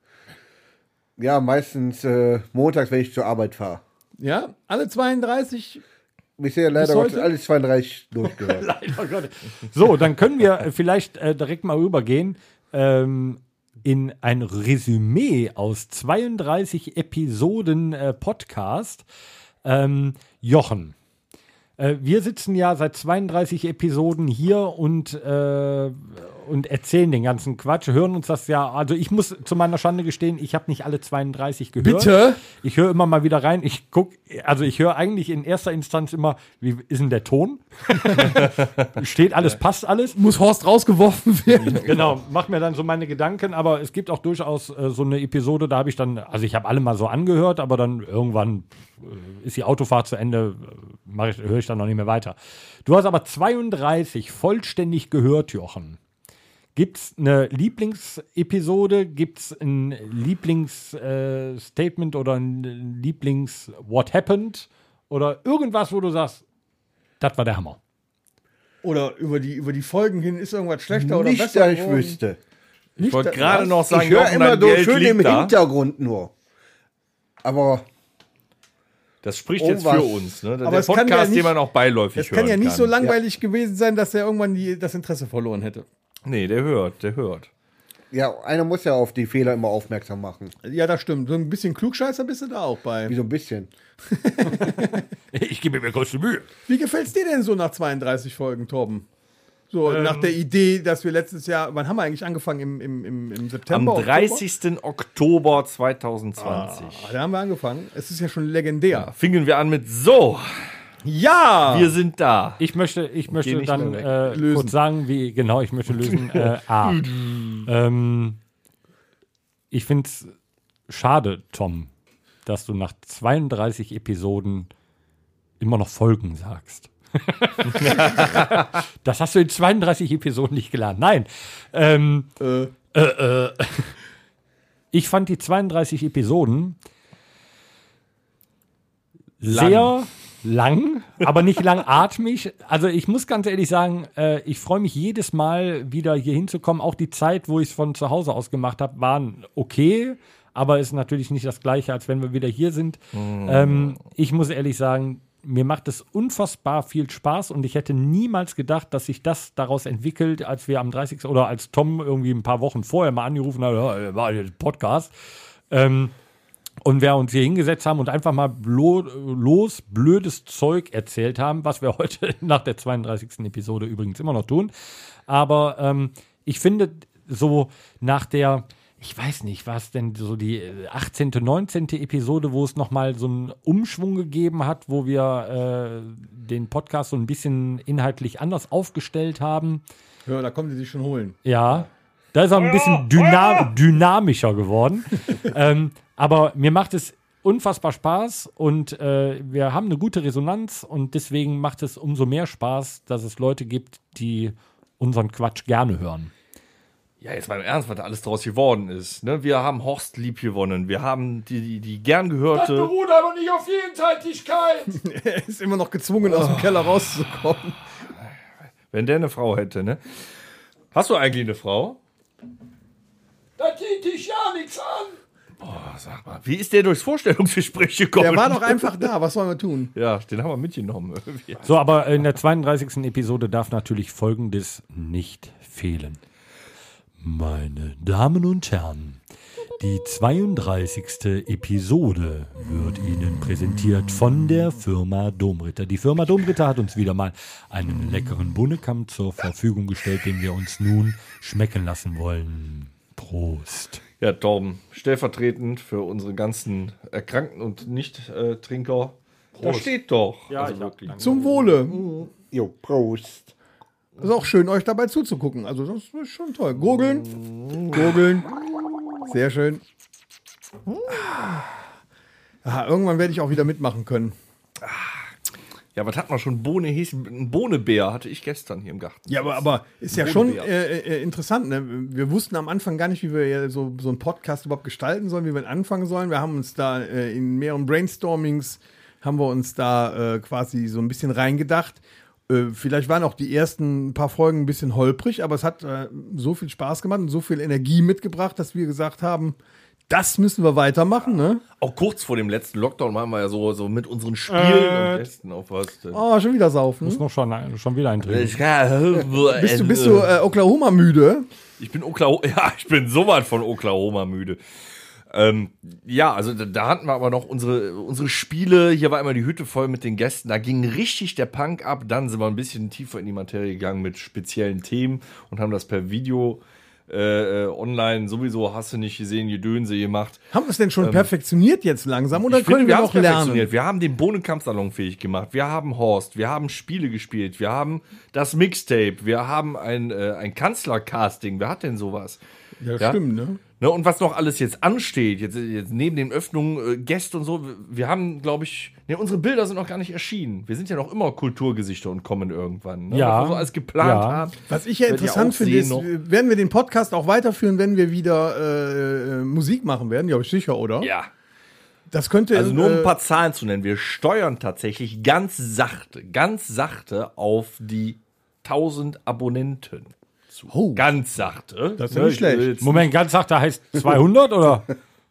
Speaker 5: ja, meistens äh, montags, wenn ich zur Arbeit fahre.
Speaker 3: Ja, alle 32.
Speaker 5: Bisher leider
Speaker 3: heute?
Speaker 5: Gottes
Speaker 4: [laughs]
Speaker 5: alle 32 durchgehört.
Speaker 2: So, dann können wir vielleicht äh, direkt mal rübergehen ähm, in ein Resümee aus 32 Episoden äh, Podcast. Ähm, Jochen, äh, wir sitzen ja seit 32 Episoden hier und, äh, und erzählen den ganzen Quatsch, hören uns das ja. Also ich muss zu meiner Schande gestehen, ich habe nicht alle 32 gehört.
Speaker 3: Bitte?
Speaker 2: Ich höre immer mal wieder rein. Ich guck, also ich höre eigentlich in erster Instanz immer, wie ist denn der Ton? [laughs] Steht alles, passt alles?
Speaker 3: Muss Horst rausgeworfen werden.
Speaker 2: [laughs] Genau, mach mir dann so meine Gedanken, aber es gibt auch durchaus äh, so eine Episode, da habe ich dann, also ich habe alle mal so angehört, aber dann irgendwann äh, ist die Autofahrt zu Ende, äh, mach ich, höre ich dann noch nicht mehr weiter. Du hast aber 32 vollständig gehört, Jochen. Gibt's eine Lieblingsepisode? Gibt's ein Lieblingsstatement äh, Statement oder ein Lieblings What happened oder irgendwas, wo du sagst, das war der Hammer.
Speaker 3: Oder über die, über die Folgen hin ist irgendwas schlechter oder
Speaker 5: Nicht,
Speaker 3: besser.
Speaker 5: dass ich wüsste.
Speaker 4: Ich wollte gerade noch sagen,
Speaker 5: Ich höre
Speaker 4: Jochen,
Speaker 5: immer
Speaker 4: dein
Speaker 5: so
Speaker 4: Geld
Speaker 5: schön
Speaker 4: liegt
Speaker 5: im
Speaker 4: da.
Speaker 5: Hintergrund nur. Aber
Speaker 4: Das spricht
Speaker 5: Oh,
Speaker 4: jetzt für
Speaker 5: was.
Speaker 4: uns. Ne? Der
Speaker 3: Aber es kann ja
Speaker 4: Podcast,
Speaker 3: nicht-
Speaker 4: den man auch beiläufig
Speaker 3: Es kann
Speaker 4: hören
Speaker 3: ja nicht
Speaker 4: kann.
Speaker 3: so langweilig gewesen sein, dass er irgendwann die, das Interesse verloren hätte.
Speaker 4: Nee, der hört, der hört.
Speaker 5: Ja, einer muss ja auf die Fehler immer aufmerksam machen.
Speaker 3: Ja, das stimmt. So ein bisschen Klugscheißer bist du da auch bei.
Speaker 5: Wie so ein bisschen.
Speaker 2: Ich gebe mir große Mühe.
Speaker 3: Wie gefällt's dir denn so nach 32 Folgen, Torben? So, nach der Idee, dass wir letztes Jahr, wann haben wir eigentlich angefangen? Im, im, im, im
Speaker 4: Am
Speaker 3: September? Oktober?
Speaker 4: 30. Oktober 2020
Speaker 3: Ah, da haben wir angefangen. Es ist ja schon legendär.
Speaker 4: Ah. fingen wir an mit So,
Speaker 3: Ja!
Speaker 4: wir sind da.
Speaker 2: Ich möchte, ich möchte
Speaker 4: nicht
Speaker 2: dann
Speaker 4: mehr
Speaker 2: äh,
Speaker 3: Lösen.
Speaker 2: kurz sagen, wie genau ich möchte lösen. Äh, A. ähm, ich finde es schade, Tom, dass du nach 32 Episoden immer noch Folgen sagst. das hast du in 32 Episoden nicht gelernt. Nein. Ähm,
Speaker 3: äh,
Speaker 2: [laughs] ich fand die 32 Episoden
Speaker 4: Lang.
Speaker 2: sehr lang, aber nicht langatmig. Also ich muss ganz ehrlich sagen, äh, ich freue mich jedes Mal wieder hier hinzukommen. Auch die Zeit, wo ich es von zu Hause aus gemacht habe, waren okay, aber ist natürlich nicht das gleiche, als wenn wir wieder hier sind. Ähm, ich muss ehrlich sagen, mir macht es unfassbar viel Spaß und ich hätte niemals gedacht, dass sich das daraus entwickelt, als wir am 30. oder als Tom irgendwie ein paar Wochen vorher mal angerufen hat, "Ja, war hier ein Podcast. Ähm, und wir uns hier hingesetzt haben und einfach mal blo los blödes Zeug erzählt haben, was wir [laughs] heute nach der 32. Episode übrigens immer noch tun. Aber ähm, ich finde, so nach der, ich weiß nicht, was denn so die äh, 18., 19. Episode, wo es nochmal so einen Umschwung gegeben hat, wo wir äh, den Podcast so ein bisschen inhaltlich anders aufgestellt haben.
Speaker 3: ja, da kommen die sich schon holen.
Speaker 2: Ja. Da ist er ein bisschen dynam dynamischer geworden. ähm, aber mir macht es unfassbar Spaß und äh, wir haben eine gute Resonanz und deswegen macht es umso mehr Spaß, dass es Leute gibt, die unseren Quatsch gerne hören.
Speaker 4: Ja, jetzt mal im Ernst, was da alles draus geworden ist. Ne? Wir haben Horst lieb gewonnen. Wir haben die, die, die gern gehörte.
Speaker 2: aber nicht auf Jenseitigkeit.
Speaker 3: Er ist immer noch gezwungen, aus dem Keller rauszukommen.
Speaker 4: Wenn der eine Frau hätte, ne? Hast du eigentlich eine Frau?
Speaker 2: Da geht dich ja nichts an.
Speaker 4: Oh, sag mal, wie ist der durchs Vorstellungsgespräch gekommen?
Speaker 3: Der war doch einfach da. Was sollen wir tun?
Speaker 4: Ja, den haben wir mitgenommen. irgendwie.
Speaker 2: So, aber in der 32. Episode darf natürlich Folgendes nicht fehlen. Meine Damen und Herren, die 32. Episode wird Ihnen präsentiert von der Firma Domritter. Die Firma Domritter hat uns wieder mal einen leckeren Bunnekamm zur Verfügung gestellt, den wir uns nun schmecken lassen wollen. Prost.
Speaker 4: Ja, Torben, stellvertretend für unsere ganzen Erkrankten und Nicht-Trinker. Da steht doch. Ja, also wirklich.
Speaker 3: Zum Wohle.
Speaker 5: Jo, Prost.
Speaker 3: Ist auch schön, euch dabei zuzugucken. Also, das ist schon toll. Gurgeln. Gurgeln. Sehr schön. Ah, irgendwann werde ich auch wieder mitmachen können.
Speaker 4: Ja, was hat man schon? Bohne hieß, ein Bohnebär hatte ich gestern hier im Garten.
Speaker 3: Ja, aber, aber ist ja schon äh, äh, interessant. Ne? Wir wussten am Anfang gar nicht, wie wir ja so, so einen Podcast überhaupt gestalten sollen, wie wir ihn anfangen sollen. Wir haben uns da äh, in mehreren Brainstormings haben wir uns da äh, quasi so ein bisschen reingedacht. Äh, vielleicht waren auch die ersten paar Folgen ein bisschen holprig, aber es hat äh, so viel Spaß gemacht und so viel Energie mitgebracht, dass wir gesagt haben, das müssen wir weitermachen. Ne?
Speaker 4: Auch kurz vor dem letzten Lockdown waren wir ja so, so mit unseren Spielen und Testen auf was. denn.
Speaker 3: Oh, schon wieder saufen.
Speaker 2: Noch schon, äh, schon wieder ein Dreh.
Speaker 4: Ich kann-
Speaker 3: Bist du, bist du äh, Oklahoma müde?
Speaker 4: Ich bin Oklahoma, [laughs] ja, ich bin so weit von Oklahoma müde. Ähm, ja, also da, da hatten wir aber noch unsere, unsere Spiele. Hier war immer die Hütte voll mit den Gästen. Da ging richtig der Punk ab. Dann sind wir ein bisschen tiefer in die Materie gegangen mit speziellen Themen und haben das per Video äh, äh, online sowieso hast du nicht gesehen, Gedönse gemacht.
Speaker 3: Haben wir es denn schon perfektioniert jetzt langsam oder
Speaker 4: Ähm. Ich finde,
Speaker 3: können wir
Speaker 4: haben
Speaker 3: noch
Speaker 4: es
Speaker 3: lernen?
Speaker 4: perfektioniert. Wir haben den Bohnenkampfsalon fähig gemacht. Wir haben Horst. Wir haben Spiele gespielt. Wir haben das Mixtape. Wir haben ein, äh, ein Kanzlercasting. Wer hat denn sowas? Ja?
Speaker 3: ne?
Speaker 4: Ne, und was noch alles jetzt ansteht, jetzt, jetzt neben den Öffnungen, äh, Gäste und so, wir- wir haben, glaube ich, ne, unsere Bilder sind noch gar nicht erschienen. Wir sind ja noch immer Kulturgesichter und kommen irgendwann. Ne?
Speaker 2: Ja.
Speaker 4: Was wir so alles geplant
Speaker 2: Ja.
Speaker 4: haben.
Speaker 3: Was ich ja
Speaker 4: Werdet ihr
Speaker 3: interessant
Speaker 4: auch
Speaker 3: finde,
Speaker 4: sehen
Speaker 3: ist,
Speaker 4: noch.
Speaker 3: werden wir den Podcast auch weiterführen, wenn wir wieder äh, äh, Musik machen werden? Ja, sicher, oder?
Speaker 4: Ja.
Speaker 3: Das könnte.
Speaker 4: Also nur um
Speaker 3: äh,
Speaker 4: ein paar Zahlen zu nennen. Wir steuern tatsächlich ganz sachte, ganz sachte auf die 1000 Abonnenten. Zu.
Speaker 3: Oh.
Speaker 4: Ganz sachte.
Speaker 3: Das ist ja nicht
Speaker 4: ich will
Speaker 3: schlecht.
Speaker 4: jetzt-
Speaker 2: Moment, ganz sagt, da heißt 200 oder?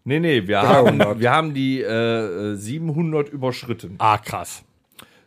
Speaker 4: Nee, nee, Ne, wir haben,
Speaker 5: 300.
Speaker 4: wir haben die äh, äh, 700 überschritten.
Speaker 2: Ah, krass.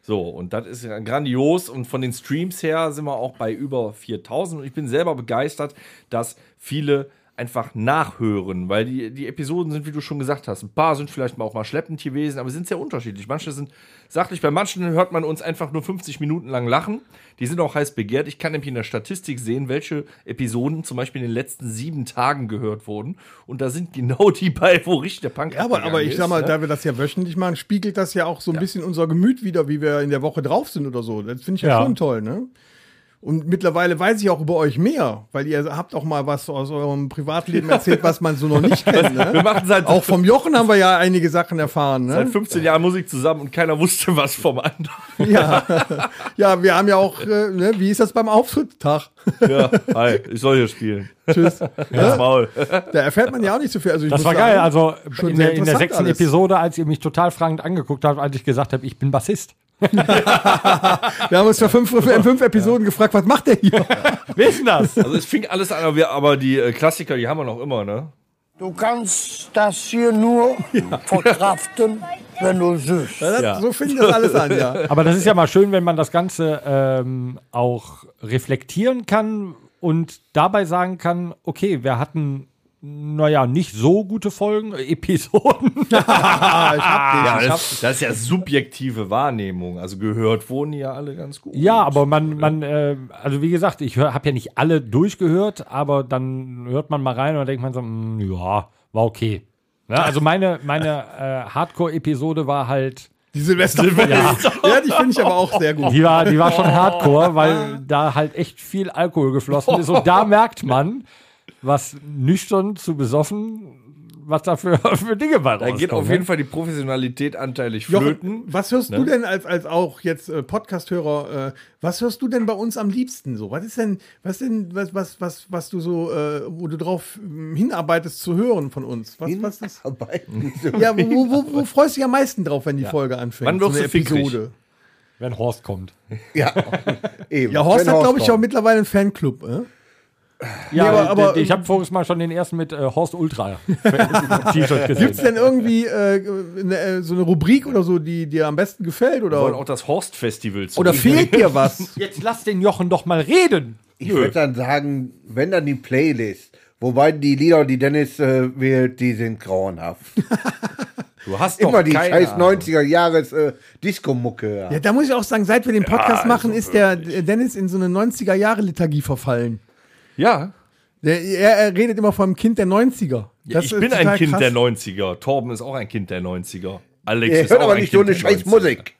Speaker 4: So, und das ist ja grandios. Und von den Streams her sind wir auch bei über 4000. Und ich bin selber begeistert, dass viele einfach nachhören, weil die, die Episoden sind, wie du schon gesagt hast, ein paar sind vielleicht mal auch mal schleppend gewesen, aber sind sehr unterschiedlich. Manche sind sachlich, bei manchen hört man uns einfach nur 50 Minuten lang lachen. Die sind auch heiß begehrt. Ich kann nämlich in der Statistik sehen, welche Episoden zum Beispiel in den letzten sieben Tagen gehört wurden. Und da sind genau die bei, wo richtig der Punk
Speaker 3: Ja, aber,
Speaker 4: abgegangen
Speaker 3: aber ich
Speaker 4: ist,
Speaker 3: sag mal,
Speaker 4: ne?
Speaker 3: da wir das ja wöchentlich machen, spiegelt das ja auch so ein bisschen unser Gemüt wieder, wie wir in der Woche drauf sind oder so. Das finde ich ja,
Speaker 2: Ja.
Speaker 3: schon toll, ne? Und mittlerweile weiß ich auch über euch mehr, weil ihr habt auch mal was aus eurem
Speaker 4: [laughs]
Speaker 3: Privatleben erzählt, was man so noch nicht kennt. Ne?
Speaker 4: Wir machen seit-
Speaker 3: auch vom Jochen haben wir ja einige Sachen erfahren. Ne?
Speaker 4: seit 15 Jahren Musik zusammen und keiner wusste was vom anderen. [laughs]
Speaker 3: Ja. ja, wir haben ja auch, äh, ne? wie ist das beim Auftrittstag?
Speaker 4: Ja, [laughs] hi, ich soll hier spielen. [laughs]
Speaker 3: Tschüss.
Speaker 4: Das
Speaker 3: Ne?
Speaker 4: Maul.
Speaker 3: Da erfährt man ja auch nicht so viel. Also ich
Speaker 2: Das
Speaker 3: muss
Speaker 2: war geil.
Speaker 3: sagen,
Speaker 2: Also
Speaker 3: schon
Speaker 2: in
Speaker 3: sehr
Speaker 2: der, in der
Speaker 3: interessant
Speaker 2: sechsten
Speaker 3: alles.
Speaker 2: Episode, als ihr mich total fragend angeguckt habt, als ich gesagt habe, ich bin
Speaker 3: [laughs]
Speaker 2: Bassist.
Speaker 3: Wir haben uns vor fünf, in fünf Episoden gefragt, was macht der hier?
Speaker 2: Wer ist denn das?
Speaker 4: Also es fing alles an, aber, wir, aber die äh, Klassiker, die haben wir noch immer, ne?
Speaker 6: Du kannst das hier nur verkraften, wenn du süß.
Speaker 4: Ja.
Speaker 3: So fing das alles an, ja.
Speaker 2: [laughs] Aber das ist ja mal schön, wenn man das Ganze ähm, auch reflektieren kann und dabei sagen kann, okay, wir hatten, naja, nicht so gute Folgen, äh,
Speaker 3: [laughs]
Speaker 2: Episoden.
Speaker 4: ja, Ah, das, das ist ja subjektive Wahrnehmung. Also gehört wurden die ja alle ganz gut.
Speaker 2: ja, aber man, man äh, also wie gesagt, ich habe ja nicht alle durchgehört, aber dann hört man mal rein und dann denkt man so, mm, ja, war okay. Ja, also meine, meine äh, Hardcore-Episode war halt,
Speaker 3: Die Silvester. Ja. ja, die finde ich aber auch sehr gut.
Speaker 2: Die war, die war
Speaker 4: Oh.
Speaker 2: schon hardcore, weil da halt echt viel Alkohol geflossen ist. Und
Speaker 4: Oh.
Speaker 2: da merkt man, was nüchtern zu besoffen, was da für, [laughs] für Dinge bei
Speaker 4: Da
Speaker 2: rauskommen. ne?
Speaker 4: geht auf jeden Fall die Professionalität anteilig flöten.
Speaker 3: was hörst
Speaker 4: Ne?
Speaker 3: du denn als, als auch jetzt äh, Podcast-Hörer, äh, was hörst du denn bei uns am liebsten so? Was ist denn, was denn, was, was, was, was du so, äh, wo du drauf ähm, hinarbeitest zu hören von uns? Was, was ist?
Speaker 5: Arbeiten.
Speaker 3: Ja, wo, wo, wo, [laughs] wo freust du dich am meisten drauf, wenn die Folge anfängt?
Speaker 4: Wann wirst
Speaker 3: eine
Speaker 4: du fickrig?
Speaker 2: Wenn Horst kommt.
Speaker 5: Ja, eben.
Speaker 3: Ja, Horst
Speaker 5: Wenn
Speaker 3: hat, glaube ich, auch
Speaker 5: kommt.
Speaker 3: mittlerweile einen Fanclub. Äh?
Speaker 2: Ja,
Speaker 3: aber- aber-
Speaker 2: d- ich habe voriges Mal schon den ersten mit äh, Horst Ultra [laughs] T-Shirt
Speaker 3: Gibt es
Speaker 2: gesehen.
Speaker 3: denn irgendwie äh, eine, äh, so eine Rubrik oder so, die dir am besten gefällt?
Speaker 4: Wir wollen
Speaker 3: Oder,
Speaker 4: auch das Horst-Festival zu.
Speaker 3: oder fehlt dir was?
Speaker 2: Jetzt lass den Jochen doch mal reden.
Speaker 5: Ich würde dann sagen, wenn dann die Playlist. Wobei die Lieder, die Dennis äh, wählt, die
Speaker 4: [laughs]
Speaker 5: sind grauenhaft.
Speaker 4: Du hast doch
Speaker 5: Immer die
Speaker 4: keine
Speaker 5: scheiß
Speaker 4: Ahnung.
Speaker 5: 90er Jahres äh, Disco-Mucke. Ja.
Speaker 3: Ja, da muss ich auch sagen, seit wir den Podcast machen, ist der Dennis in so eine 90er-Jahre-Liturgie verfallen.
Speaker 4: Ja.
Speaker 3: Der, er, er redet immer vom Kind der 90er.
Speaker 4: ja
Speaker 3: Das
Speaker 4: ich
Speaker 3: ist
Speaker 4: bin
Speaker 3: total
Speaker 4: ein Kind
Speaker 3: krass.
Speaker 4: der 90er. Torben ist auch ein Kind der 90er. Alex
Speaker 5: Ihr
Speaker 4: ist
Speaker 5: hört
Speaker 4: auch
Speaker 5: aber
Speaker 4: ein
Speaker 5: nicht so
Speaker 4: Kind
Speaker 5: eine
Speaker 4: der
Speaker 5: scheiß
Speaker 4: 90er.
Speaker 5: Musik.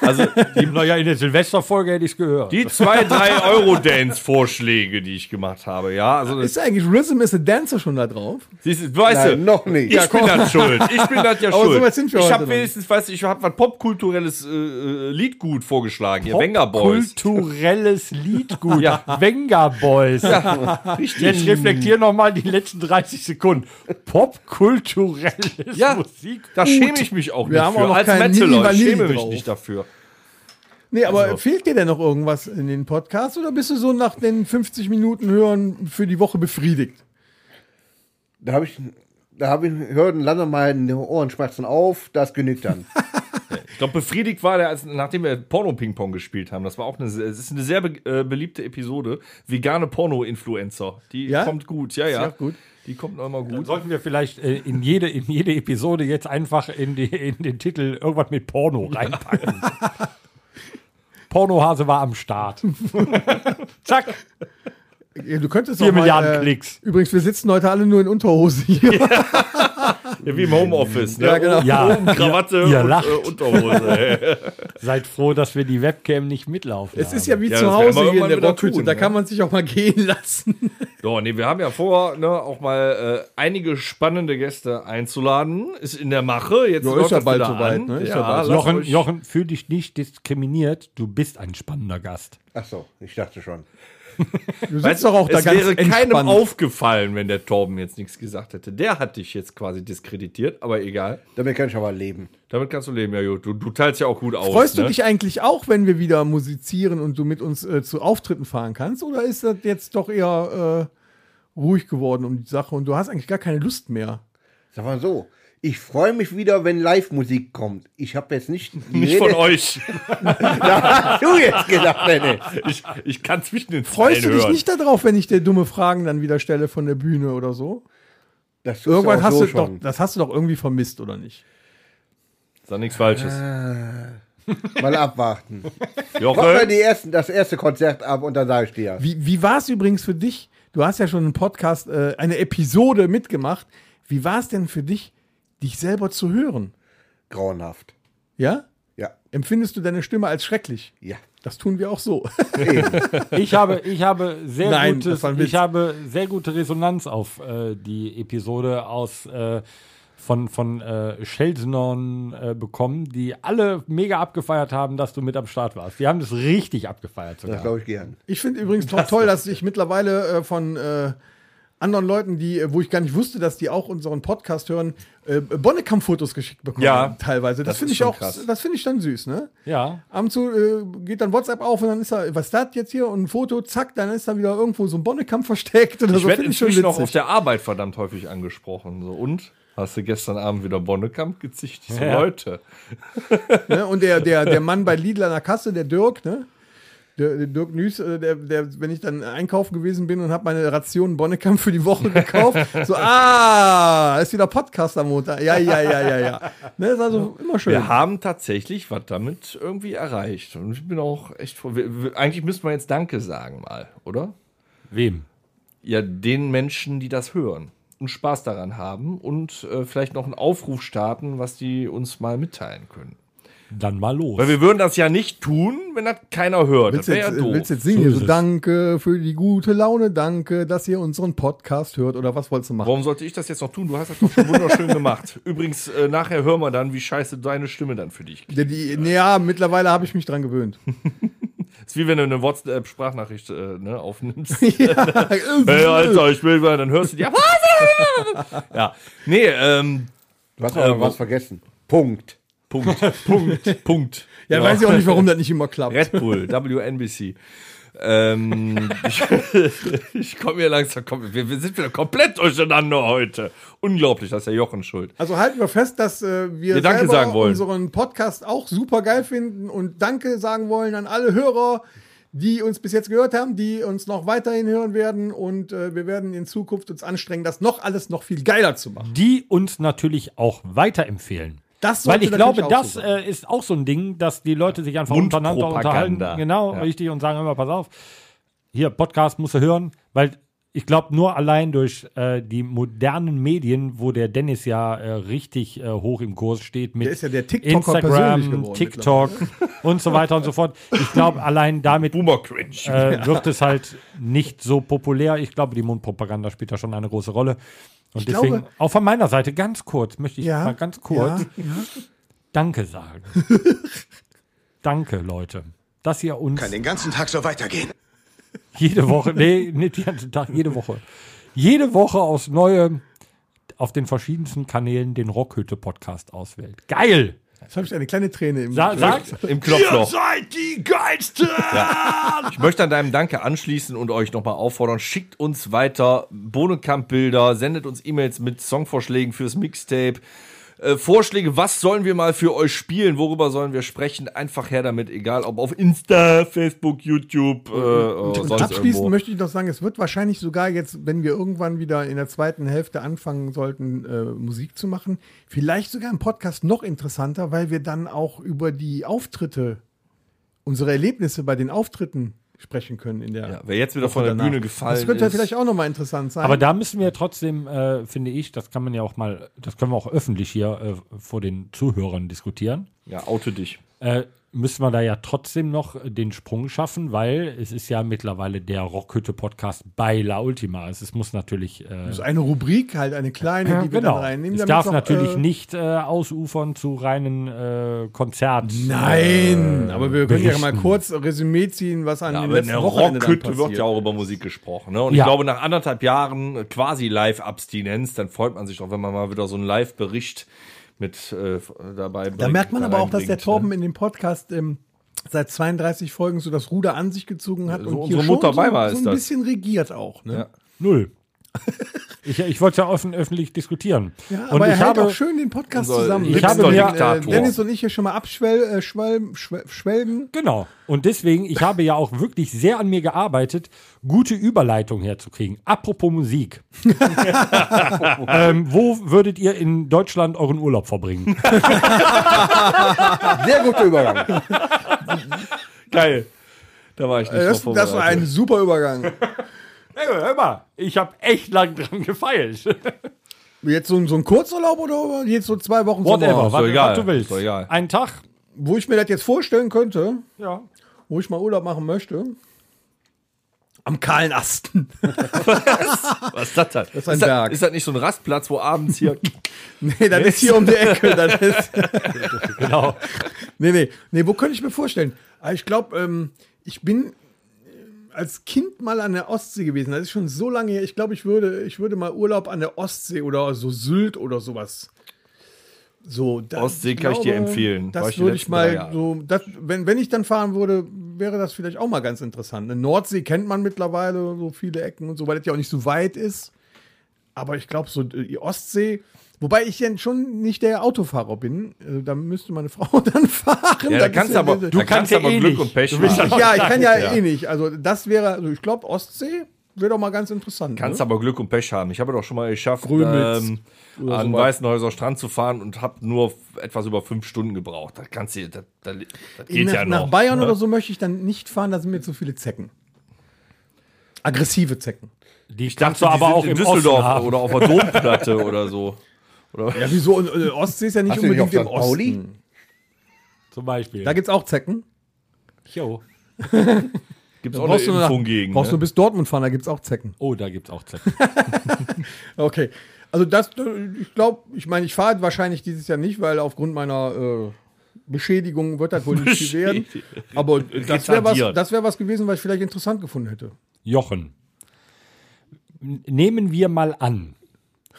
Speaker 4: Also die,
Speaker 2: Naja, in der Silvesterfolge hätte ich es gehört.
Speaker 4: die zwei, drei Euro-Dance-Vorschläge, die ich gemacht habe, ja. Also das,
Speaker 3: Ist eigentlich Rhythm is a Dancer schon da drauf?
Speaker 4: siehst du, weißt du,
Speaker 5: Nein, noch nicht.
Speaker 4: Ich
Speaker 3: [laughs]
Speaker 4: bin das schuld. Ich bin das ja
Speaker 3: Aber
Speaker 4: schuld.
Speaker 3: so weit sind wir
Speaker 4: ich
Speaker 3: heute
Speaker 4: habe
Speaker 3: noch
Speaker 4: wenigstens, weißt du, ich habe was popkulturelles äh, äh, Liedgut vorgeschlagen. Hier, Wenger Boys.
Speaker 2: Kulturelles
Speaker 4: [laughs]
Speaker 2: Liedgut.
Speaker 4: Ja.
Speaker 2: Wenger Boys. Jetzt reflektier noch mal die letzten 30 Sekunden. Popkulturelles
Speaker 4: Ja.
Speaker 2: Musik.
Speaker 4: [laughs] Da schäme ich mich auch nicht
Speaker 3: haben
Speaker 4: für.
Speaker 3: auch noch
Speaker 4: Als
Speaker 3: keinen
Speaker 4: Metaler
Speaker 3: Nini
Speaker 4: schäme
Speaker 3: Vanilli
Speaker 4: ich mich
Speaker 3: drauf.
Speaker 4: nicht dafür.
Speaker 3: Nee, aber
Speaker 4: Also-
Speaker 3: fehlt dir denn noch irgendwas in den Podcast oder bist du so nach den 50 Minuten Hören für die Woche befriedigt?
Speaker 5: Da habe ich, da habe ich, hörten langsam meine Ohrenschmerzen auf. Das
Speaker 4: [laughs]
Speaker 5: genügt dann.
Speaker 4: Ich glaube, befriedigt war der, als, nachdem wir Porno-Ping-Pong gespielt haben. Das war auch eine, sehr- es ist eine sehr be äh, beliebte Episode. Vegane Porno-Influencer. Die
Speaker 3: Ja?
Speaker 4: kommt gut. Ja, ja.
Speaker 3: auch gut.
Speaker 4: Die kommt noch immer
Speaker 2: Dann
Speaker 4: gut.
Speaker 2: sollten wir vielleicht äh, in, jede, in jede Episode jetzt einfach in, die, in den Titel irgendwas mit Porno reinpacken. Pornohase war am
Speaker 3: [laughs]
Speaker 2: Start. Zack.
Speaker 3: Ja, Du könntest
Speaker 2: Vier
Speaker 3: doch mal, äh,
Speaker 2: Milliarden Klicks.
Speaker 3: Übrigens, wir sitzen heute alle nur in Unterhose hier.
Speaker 4: Ja, wie im Homeoffice. Ne? Ja,
Speaker 3: genau.
Speaker 2: Ja.
Speaker 3: [laughs]
Speaker 4: Oben Krawatte
Speaker 2: Ihr
Speaker 4: und
Speaker 2: lacht.
Speaker 4: äh, Unterhose. ey.
Speaker 2: Seid froh, dass wir die Webcam nicht mitlaufen.
Speaker 3: Es ist ja wie
Speaker 4: Ja,
Speaker 3: zu
Speaker 4: das werden wir
Speaker 3: Hause hier
Speaker 4: irgendwann
Speaker 3: in der
Speaker 4: wieder
Speaker 3: Rockhütte.
Speaker 4: tun,
Speaker 3: da
Speaker 4: ne?
Speaker 3: kann man sich auch mal [laughs] gehen lassen.
Speaker 4: So, nee, wir haben ja vor, ne, auch mal äh, einige spannende Gäste einzuladen. Ist in der Mache. Jetzt
Speaker 3: Ja,
Speaker 4: läuft
Speaker 3: ist ja
Speaker 4: das
Speaker 3: bald
Speaker 4: wieder
Speaker 3: soweit,
Speaker 4: an.
Speaker 3: ne? Ist
Speaker 4: Ja,
Speaker 3: ja bald.
Speaker 4: lasst
Speaker 2: Jochen,
Speaker 4: euch-
Speaker 2: Jochen, fühl dich nicht diskriminiert. Du bist ein spannender Gast.
Speaker 5: Ach so, ich dachte schon.
Speaker 3: Du sitzt
Speaker 4: Weißt,
Speaker 3: doch auch da
Speaker 4: es
Speaker 3: ganz
Speaker 4: wäre
Speaker 3: entspannt.
Speaker 4: keinem aufgefallen, wenn der Torben jetzt nichts gesagt hätte. Der hat dich jetzt quasi diskreditiert, aber egal.
Speaker 5: Damit kann ich aber leben.
Speaker 4: Damit kannst du leben, ja, gut. Du, du teilst ja auch gut aus.
Speaker 3: Freust
Speaker 4: ne?
Speaker 3: du dich eigentlich auch, wenn wir wieder musizieren und du mit uns äh, zu Auftritten fahren kannst? Oder ist das jetzt doch eher äh, ruhig geworden um die Sache und du hast eigentlich gar keine Lust mehr?
Speaker 5: Sag mal so, Ich freue mich wieder, wenn Live-Musik kommt. Ich habe jetzt nicht. die
Speaker 4: [laughs] Nicht von
Speaker 5: Rede-
Speaker 4: euch. [laughs]
Speaker 5: Da hast [laughs] du jetzt gedacht, Dennis.
Speaker 4: Ich, ich kann zwischen den
Speaker 3: Freust du
Speaker 4: Zeilen
Speaker 3: dich
Speaker 4: hören.
Speaker 3: nicht darauf, wenn ich dir dumme Fragen dann wieder stelle von der Bühne oder so?
Speaker 5: Das ist
Speaker 3: Irgendwann
Speaker 5: auch
Speaker 3: hast
Speaker 5: so
Speaker 3: du doch,
Speaker 4: [laughs]
Speaker 5: schon.
Speaker 3: das hast du doch irgendwie vermisst, oder nicht?
Speaker 4: Sag nichts Falsches.
Speaker 3: Äh,
Speaker 5: Mal abwarten. Mach mal
Speaker 4: Joche,
Speaker 5: die ersten, das erste Konzert ab und dann sage ich dir.
Speaker 3: Wie, wie war es übrigens für dich? Du hast ja schon einen Podcast, äh, eine Episode mitgemacht. Wie war es denn für dich, dich selber zu hören?
Speaker 5: Grauenhaft.
Speaker 3: Ja?
Speaker 5: Ja,
Speaker 3: Empfindest du deine Stimme als schrecklich?
Speaker 5: ja.
Speaker 3: Das tun wir auch so. [laughs]
Speaker 2: Ich habe, ich habe sehr
Speaker 3: Nein, das
Speaker 2: gutes,
Speaker 3: war ein Witz.
Speaker 2: ich habe sehr gute Resonanz auf äh, die Episode aus äh, von von äh, Schelsenon äh, bekommen, die alle mega abgefeiert haben, dass du mit am Start warst. Die haben das richtig abgefeiert sogar.
Speaker 5: Das glaube ich gern.
Speaker 3: Ich finde übrigens to toll, dass ich mittlerweile äh, von äh, anderen Leuten, die, äh, wo ich gar nicht wusste, dass die auch unseren Podcast hören, äh, Bonnekamp-Fotos geschickt bekommen.
Speaker 4: Ja,
Speaker 3: teilweise. Das,
Speaker 4: das
Speaker 3: finde
Speaker 4: ist
Speaker 3: ich
Speaker 4: schon
Speaker 3: auch,
Speaker 4: krass.
Speaker 3: das finde ich dann süß, ne?
Speaker 2: ja,
Speaker 3: Ab und zu äh, geht dann WhatsApp auf und dann ist da, was ist das jetzt hier? Und ein Foto, zack, dann ist da wieder irgendwo so ein Bonnekamp versteckt oder
Speaker 4: ich
Speaker 3: so.
Speaker 4: werde
Speaker 3: Finde ich schon
Speaker 4: inzwischen noch auf
Speaker 3: witzig.
Speaker 4: der Arbeit verdammt häufig angesprochen. So, und? Hast du gestern Abend wieder Bonnekamp gezicht? Ich so,
Speaker 2: Ja.
Speaker 4: Leute.
Speaker 3: Ne? Und der, der, der Mann bei Lidl an der Kasse, der Dirk, ne? Der, der Dirk Nüß, äh, der, der, wenn ich dann einkaufen gewesen bin und habe meine Ration Bonnekamp für die Woche gekauft, so, ah, ist wieder Podcast am Montag. Ja, ja, ja, ja, ja. Ne, ist also immer schön.
Speaker 4: Wir haben tatsächlich was damit irgendwie erreicht. Und ich bin auch echt froh. Wir, wir, eigentlich müssten wir jetzt Danke sagen mal, oder?
Speaker 2: wem?
Speaker 4: Ja, den Menschen, die das hören und Spaß daran haben und äh, vielleicht noch einen Aufruf starten, was die uns mal mitteilen können.
Speaker 2: Dann mal los.
Speaker 4: Weil wir würden das ja nicht tun, wenn das keiner hört.
Speaker 3: Willst
Speaker 4: das
Speaker 3: du
Speaker 4: wäre ja
Speaker 3: jetzt, äh,
Speaker 4: doof.
Speaker 3: willst du jetzt singen?
Speaker 2: So
Speaker 3: So
Speaker 2: ist es.
Speaker 3: danke für die gute Laune, danke, dass ihr unseren Podcast hört oder was wolltest du machen?
Speaker 4: Warum sollte ich das jetzt noch tun? Du hast das doch schon
Speaker 3: [laughs]
Speaker 4: wunderschön gemacht. Übrigens, äh, nachher hören wir dann, wie scheiße deine Stimme dann für dich klingt.
Speaker 3: Ja, die, nee, ja, mittlerweile habe ich mich dran
Speaker 4: [laughs]
Speaker 3: gewöhnt.
Speaker 4: Ist wie wenn du eine WhatsApp-Sprachnachricht äh, ne, aufnimmst. Hey,
Speaker 3: ja,
Speaker 4: Alter, ich will mal, dann hörst du die. [laughs] ja, nee, ähm,
Speaker 5: Du hast aber was vergessen. Punkt.
Speaker 4: Punkt,
Speaker 3: [laughs]
Speaker 4: Punkt, Punkt.
Speaker 3: weiß ich auch nicht, warum das nicht immer klappt.
Speaker 4: [laughs] Red Bull, WNBC. ähm, ich [laughs] ich komme hier langsam, komm, wir, wir sind wieder komplett durcheinander heute. Unglaublich, das ist ja Jochen schuld.
Speaker 3: Also halten wir fest, dass äh, wir
Speaker 4: Wir Danke
Speaker 3: selber
Speaker 4: sagen wollen.
Speaker 3: unseren Podcast auch super geil finden und Danke sagen wollen an alle Hörer, die uns bis jetzt gehört haben, die uns noch weiterhin hören werden und äh, wir werden in Zukunft uns anstrengen, das noch alles noch viel geiler zu machen.
Speaker 2: die uns natürlich auch weiterempfehlen.
Speaker 3: Das sollte
Speaker 2: Weil ich
Speaker 3: natürlich
Speaker 2: glaube,
Speaker 3: auch
Speaker 2: das
Speaker 3: so sein.
Speaker 2: äh, ist auch so ein Ding, dass die Leute sich einfach untereinander unterhalten.
Speaker 4: Mundpropaganda.
Speaker 2: Genau,
Speaker 4: Ja.
Speaker 2: richtig. Und sagen immer, pass auf, hier, Podcast musst du hören, weil ich glaube, nur allein durch äh, die modernen Medien, wo der Dennis ja äh, richtig äh, hoch im Kurs steht mit
Speaker 3: Der ist ja der TikToker persönlich
Speaker 2: Instagram,
Speaker 3: geworden
Speaker 2: TikTok und so weiter und so fort. Ich glaube, allein damit
Speaker 4: Boomer Cringe.
Speaker 2: äh, wird es halt nicht so populär. Ich glaube, die Mundpropaganda spielt da schon eine große Rolle. Und
Speaker 3: glaube-
Speaker 2: deswegen, auch von meiner Seite, ganz kurz, möchte ich
Speaker 3: Ja,
Speaker 2: mal ganz kurz
Speaker 3: ja, ja.
Speaker 2: Danke
Speaker 3: [laughs]
Speaker 2: sagen. Danke, Leute, dass ihr uns
Speaker 7: Kann den ganzen Tag so weitergehen.
Speaker 2: jede Woche, nee, nicht den ganzen Tag, jede Woche, jede Woche aufs Neue auf den verschiedensten Kanälen den Rockhütte-Podcast auswählt. Geil!
Speaker 3: Jetzt habe ich eine kleine Träne im
Speaker 2: Sa sagt,
Speaker 4: Im Knopfloch.
Speaker 1: Seid die Geilsten!
Speaker 4: Ich möchte an deinem Danke anschließen und euch nochmal auffordern, schickt uns weiter Bohnenkamp-Bilder, sendet uns E-Mails mit Songvorschlägen fürs Mixtape, äh, Vorschläge, was sollen wir mal für euch spielen, worüber sollen wir sprechen, einfach her damit, egal ob auf Insta, Facebook, YouTube äh, oder
Speaker 3: Mhm. Und
Speaker 4: sonst
Speaker 3: abschließend
Speaker 4: irgendwo.
Speaker 3: möchte ich noch sagen, es wird wahrscheinlich sogar jetzt, wenn wir irgendwann wieder in der zweiten Hälfte anfangen sollten, äh, Musik zu machen, vielleicht sogar im Podcast noch interessanter, weil wir dann auch über die Auftritte, unsere Erlebnisse bei den Auftritten sprechen können in der
Speaker 4: Ja, wer jetzt wieder von der
Speaker 3: danach.
Speaker 4: Bühne gefallen
Speaker 3: Das könnte ja
Speaker 4: ist.
Speaker 3: vielleicht auch nochmal interessant sein.
Speaker 2: Aber da müssen wir trotzdem, äh, finde ich, das kann man ja auch mal, das können wir auch öffentlich hier äh, vor den Zuhörern diskutieren.
Speaker 4: ja, oute dich.
Speaker 2: äh, müssen wir da ja trotzdem noch den Sprung schaffen, weil es ist ja mittlerweile der Rockhütte-Podcast bei La Ultima. Also Es, es muss natürlich. Äh,
Speaker 3: das ist eine Rubrik, halt eine kleine, die wir
Speaker 2: genau.
Speaker 3: dann reinnehmen.
Speaker 2: es
Speaker 3: damit
Speaker 2: darf
Speaker 3: auch,
Speaker 2: natürlich
Speaker 3: äh,
Speaker 2: nicht äh, ausufern zu reinen äh, Konzert.
Speaker 3: Nein, aber wir können ja mal
Speaker 2: äh, berichten.
Speaker 3: kurz Resümee ziehen, was an
Speaker 4: Ja,
Speaker 3: den
Speaker 4: aber in
Speaker 3: letzten
Speaker 4: der
Speaker 3: Wochenende dann
Speaker 4: Rockhütte wird
Speaker 3: passiert.
Speaker 4: ja auch über Musik gesprochen. Ne? Und
Speaker 2: Ja.
Speaker 4: ich glaube, nach anderthalb Jahren äh, quasi Live-Abstinenz, dann freut man sich doch, wenn man mal wieder so einen Live-Bericht mit äh, dabei
Speaker 3: Da merkt man aber auch, dass der Torben
Speaker 4: Ne?
Speaker 3: in dem Podcast ähm, seit 32 Folgen so das Ruder an sich gezogen hat
Speaker 4: so
Speaker 3: und
Speaker 4: unsere Mutter
Speaker 3: so,
Speaker 4: bei war,
Speaker 3: so
Speaker 4: ist
Speaker 3: ein
Speaker 4: das.
Speaker 3: bisschen regiert auch. Ne?
Speaker 2: Null. Ich, ich wollte ja offen öffentlich diskutieren.
Speaker 3: Ja,
Speaker 2: und
Speaker 3: aber er
Speaker 2: ich
Speaker 3: hält auch
Speaker 2: habe,
Speaker 3: schön den Podcast
Speaker 4: Unser
Speaker 3: zusammen.
Speaker 2: Ich habe
Speaker 3: Wenn,
Speaker 2: mir-
Speaker 3: äh,
Speaker 4: Diktator.
Speaker 3: Dennis und ich hier schon mal abschwel, äh, schwel, schwel, schwelgen.
Speaker 2: genau. Und deswegen, ich habe ja auch wirklich sehr an mir gearbeitet, gute Überleitung herzukriegen. Apropos [laughs] Musik. ähm, wo würdet ihr in Deutschland euren Urlaub verbringen?
Speaker 5: Sehr guter Übergang.
Speaker 4: Geil. Da war ich
Speaker 3: [laughs]
Speaker 4: nicht
Speaker 3: Äh, Das,
Speaker 4: drauf
Speaker 3: das war ein
Speaker 4: vorbereitet.
Speaker 3: super Übergang.
Speaker 2: Hey, hör mal, ich habe echt lang dran gefeilt.
Speaker 3: Jetzt so, ein- so ein Kurzurlaub oder jetzt so zwei Wochen
Speaker 2: Whatever,
Speaker 3: Sommer?
Speaker 2: was,
Speaker 4: egal,
Speaker 2: was du willst.
Speaker 4: so egal.
Speaker 2: Ein Tag.
Speaker 3: Wo ich mir das jetzt vorstellen könnte,
Speaker 2: Ja.
Speaker 3: wo ich mal Urlaub machen möchte. Am kahlen Asten.
Speaker 4: Was ist das denn?
Speaker 3: ist ein
Speaker 4: ist, das,
Speaker 3: Berg.
Speaker 4: ist das nicht so ein Rastplatz, wo abends
Speaker 3: [laughs]
Speaker 4: hier.
Speaker 3: Nee, das ist hier um die Ecke. Das ist,
Speaker 4: [laughs]
Speaker 2: Genau.
Speaker 3: nee, nee, nee, wo könnte ich mir vorstellen? Ah, Ich glaube, ähm, ich bin äh, als Kind mal an der Ostsee gewesen. Das ist schon so lange her. Ich glaube, ich würde, ich würde mal Urlaub an der Ostsee oder so Sylt oder sowas. So, da-
Speaker 4: Ostsee kann ich dir empfehlen. War
Speaker 3: Das
Speaker 4: ich die
Speaker 3: würde ich
Speaker 4: letzten drei
Speaker 3: mal
Speaker 4: Jahre.
Speaker 3: so, das, wenn, wenn ich dann fahren würde, wäre das vielleicht auch mal ganz interessant. Eine Nordsee kennt man mittlerweile, so viele Ecken und so, weil das ja auch nicht so weit ist. Aber ich glaube, so die Ostsee, wobei ich denn schon nicht der Autofahrer bin, äh, da müsste meine [laughs] Frau dann fahren.
Speaker 4: Ja, da
Speaker 3: Das
Speaker 4: kannst
Speaker 3: ist
Speaker 4: du aber,
Speaker 3: diese-
Speaker 4: da kannst du
Speaker 2: ja
Speaker 4: aber
Speaker 2: eh
Speaker 4: Glück
Speaker 2: nicht.
Speaker 4: und Pech
Speaker 2: Du bist
Speaker 4: haben.
Speaker 3: [laughs] ja, ich kann ja,
Speaker 4: Ja.
Speaker 3: eh nicht. Also, das wäre, also ich glaube, Ostsee wäre doch mal ganz interessant.
Speaker 4: Kannst
Speaker 3: ne?
Speaker 4: aber Glück und Pech haben. Ich habe doch schon mal geschafft,
Speaker 3: Grömitz
Speaker 4: ähm, an Weißenhäuser Strand zu fahren und habe nur f- etwas über fünf Stunden gebraucht. Das, kannst du, das, das, das geht
Speaker 3: nach,
Speaker 4: ja noch.
Speaker 3: nach Bayern
Speaker 4: ne?
Speaker 3: oder so möchte ich dann nicht fahren, da sind mir zu viele Zecken. Aggressive Zecken.
Speaker 2: Die ich
Speaker 4: Dachte,
Speaker 2: kannst du aber auch
Speaker 4: in
Speaker 2: im
Speaker 4: Düsseldorf
Speaker 2: Osten haben.
Speaker 4: oder auf der Domplatte oder so.
Speaker 3: Ja, wieso? Und, äh, Ostsee ist ja nicht
Speaker 5: Hast du nicht auf
Speaker 3: unbedingt
Speaker 5: St.
Speaker 3: im Osten.
Speaker 5: Pauli?
Speaker 2: Zum Beispiel.
Speaker 3: Da gibt's auch Zecken.
Speaker 2: Jo.
Speaker 4: Gibt es auch eine Impfung
Speaker 3: nach-
Speaker 4: gegen.
Speaker 3: brauchst
Speaker 4: ne?
Speaker 3: du bis Dortmund fahren, da gibt's auch Zecken.
Speaker 2: Oh, da gibt's auch Zecken.
Speaker 3: Okay. Also das, äh, ich glaube, ich meine, ich fahre wahrscheinlich dieses Jahr nicht, weil aufgrund meiner äh, Beschädigung wird das wohl nicht viel werden. Aber
Speaker 2: [laughs]
Speaker 3: äh, das wäre was,
Speaker 4: Retardiert.
Speaker 3: das wär was gewesen, was ich vielleicht interessant gefunden hätte.
Speaker 2: Jochen. N- Nehmen wir mal an,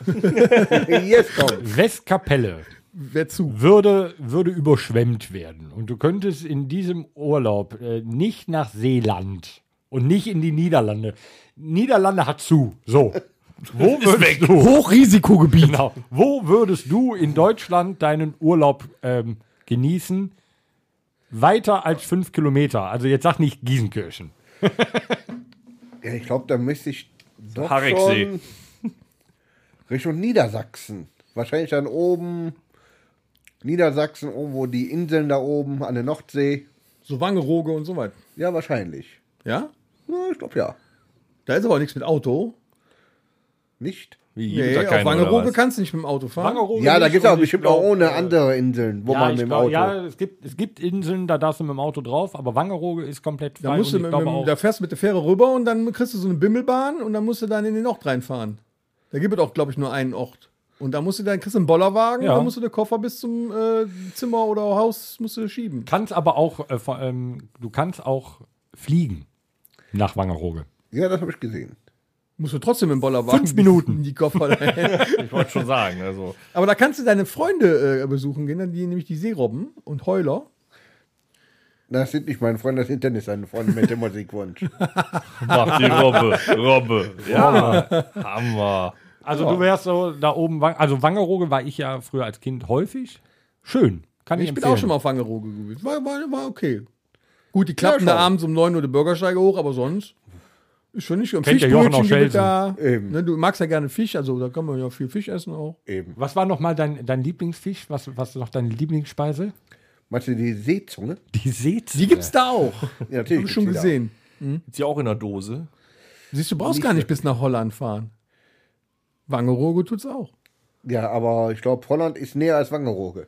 Speaker 5: Jetzt kommt.
Speaker 2: Westkapelle
Speaker 3: Wer zu?
Speaker 2: würde, würde überschwemmt werden und du könntest in diesem Urlaub äh, nicht nach Seeland und nicht in die Niederlande. Niederlande hat zu. So. Wo würdest du, Hochrisikogebiet. Genau. Wo würdest du in Deutschland deinen Urlaub ähm, genießen? Weiter als fünf Kilometer. Also jetzt sag nicht Giesenkirchen.
Speaker 5: Ja, ich glaube, da müsste ich doch
Speaker 4: Hariksee.
Speaker 5: schon [laughs] Richtung Niedersachsen. Wahrscheinlich dann oben Niedersachsen, irgendwo die Inseln da oben an der Nordsee.
Speaker 3: So Wangerooge und so weiter.
Speaker 5: Ja, wahrscheinlich.
Speaker 3: Ja?
Speaker 5: Ja, ich glaube ja.
Speaker 3: Da ist aber auch nichts mit Auto.
Speaker 5: Nicht?
Speaker 4: Wie,
Speaker 3: Nee,
Speaker 4: da
Speaker 3: auf
Speaker 4: keiner, oder
Speaker 3: Wangerooge
Speaker 4: was?
Speaker 3: kannst du nicht mit dem Auto fahren.
Speaker 2: Oh,
Speaker 5: Ja, da gibt es auch bestimmt auch
Speaker 2: ohne
Speaker 3: äh,
Speaker 5: ohne andere Inseln, wo
Speaker 2: äh, Ja,
Speaker 5: man
Speaker 2: ich
Speaker 5: mit dem
Speaker 2: glaub,
Speaker 5: Auto.
Speaker 2: ja es, gibt, es gibt Inseln, da darfst du mit dem Auto drauf, aber Wangerooge ist komplett frei.
Speaker 3: Da, musst du
Speaker 2: und ich
Speaker 3: mit,
Speaker 2: glaube
Speaker 3: mit,
Speaker 2: auch-
Speaker 3: da fährst du mit der Fähre rüber und dann kriegst du so eine Bimmelbahn und dann musst du dann in den Ort reinfahren. Da gibt es auch, glaube ich, nur einen Ort. Und da musst du dann kriegst du einen Bollerwagen,
Speaker 2: Ja.
Speaker 3: da musst du den Koffer bis zum äh, Zimmer oder Haus musst du schieben.
Speaker 2: kannst aber auch, äh, vor allem, du kannst auch fliegen nach Wangerooge.
Speaker 5: ja das habe ich gesehen.
Speaker 3: Musst du trotzdem im Bollerwagen.
Speaker 2: Fünf Minuten.
Speaker 3: Die Koffer dahin. [laughs]
Speaker 4: Ich wollte schon sagen. Also.
Speaker 3: Aber da kannst du deine Freunde äh, besuchen gehen, die nämlich die Seerobben und Heuler.
Speaker 5: Das sind nicht meine Freunde, das sind Dennis seine Freunde mit
Speaker 3: [laughs]
Speaker 5: dem Musikwunsch.
Speaker 4: [laughs] Mach die Robbe. Robbe. Ja. Hammer.
Speaker 2: Also du wärst so da oben, Wang- also Wangerooge war ich ja früher als Kind häufig. Schön, kann ich,
Speaker 3: Ich bin
Speaker 2: empfehlen.
Speaker 3: auch schon mal auf Wangerooge gewesen. War, war, war okay. Gut, die klappen da abends um 9 Uhr die Bürgersteige hoch, aber sonst ist schon nicht schlimm.
Speaker 2: Kennt ja Jochen
Speaker 3: Fischbrötchen
Speaker 2: aus
Speaker 3: gibt es da.
Speaker 5: Eben.
Speaker 3: Ne, du magst ja gerne Fisch, also da kann man ja viel Fisch essen auch.
Speaker 5: Eben.
Speaker 2: Was war nochmal dein, dein Lieblingsfisch? Was, was ist noch deine Lieblingsspeise?
Speaker 5: Meinst du die Seezunge?
Speaker 2: Die Seezunge.
Speaker 3: Die gibt's da
Speaker 5: [laughs]
Speaker 3: auch. Hab
Speaker 5: Ja, natürlich.
Speaker 3: ich schon
Speaker 5: gibt's die
Speaker 3: gesehen.
Speaker 4: Ist ja auch in der Dose.
Speaker 3: Siehst du, brauchst gar nicht bis nach Holland fahren. Wangerooge tut's auch.
Speaker 5: Da. Ja, aber ich glaube, Holland ist näher als Wangerooge.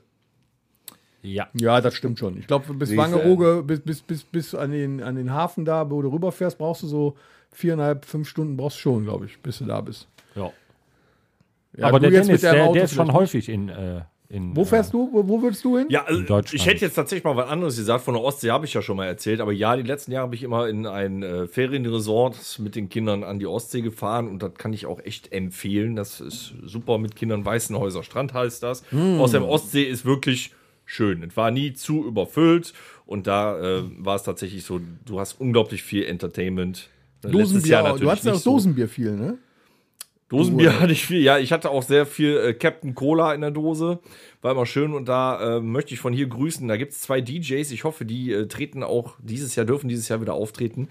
Speaker 2: Ja.
Speaker 3: Ja, das stimmt schon. Ich glaube, bis
Speaker 5: Siehste.
Speaker 3: Wangerooge, bis, bis, bis, bis an, den, an den Hafen da, wo du rüberfährst, brauchst du so viereinhalb, fünf Stunden brauchst du schon, glaube ich, bis du da bist.
Speaker 2: ja.
Speaker 3: Ja,
Speaker 2: aber
Speaker 3: du
Speaker 2: der
Speaker 3: jetzt
Speaker 2: Dennis,
Speaker 3: mit deinem
Speaker 2: der,
Speaker 3: Auto
Speaker 2: der ist schon
Speaker 3: vielleicht.
Speaker 2: häufig in, äh, in
Speaker 3: Wo fährst du? Wo, wo würdest du hin?
Speaker 4: Ja, also,
Speaker 2: Deutschland.
Speaker 4: ich hätte jetzt tatsächlich mal was anderes gesagt. Von der Ostsee habe ich ja schon mal erzählt. Aber ja, die letzten Jahre habe ich immer in ein äh, Ferienresort mit den Kindern an die Ostsee gefahren. Und das kann ich auch echt empfehlen. Das ist super mit Kindern. Weißenhäuser Strand heißt das.
Speaker 3: Hm.
Speaker 4: Außerdem Ostsee ist wirklich schön. Es war nie zu überfüllt. Und da äh, war es tatsächlich so, du hast unglaublich viel Entertainment. Letztes
Speaker 3: Dosenbier,
Speaker 4: Jahr
Speaker 3: du
Speaker 4: natürlich
Speaker 3: hast ja auch
Speaker 4: nicht so.
Speaker 3: Dosenbier viel, ne?
Speaker 4: Dosenbier hatte ich viel. Ja, ich hatte auch sehr viel äh, Captain Cola in der Dose. War immer schön und da äh, möchte ich von hier grüßen. Da gibt es zwei DJs. Ich hoffe, die äh, treten auch dieses Jahr, dürfen dieses Jahr wieder auftreten.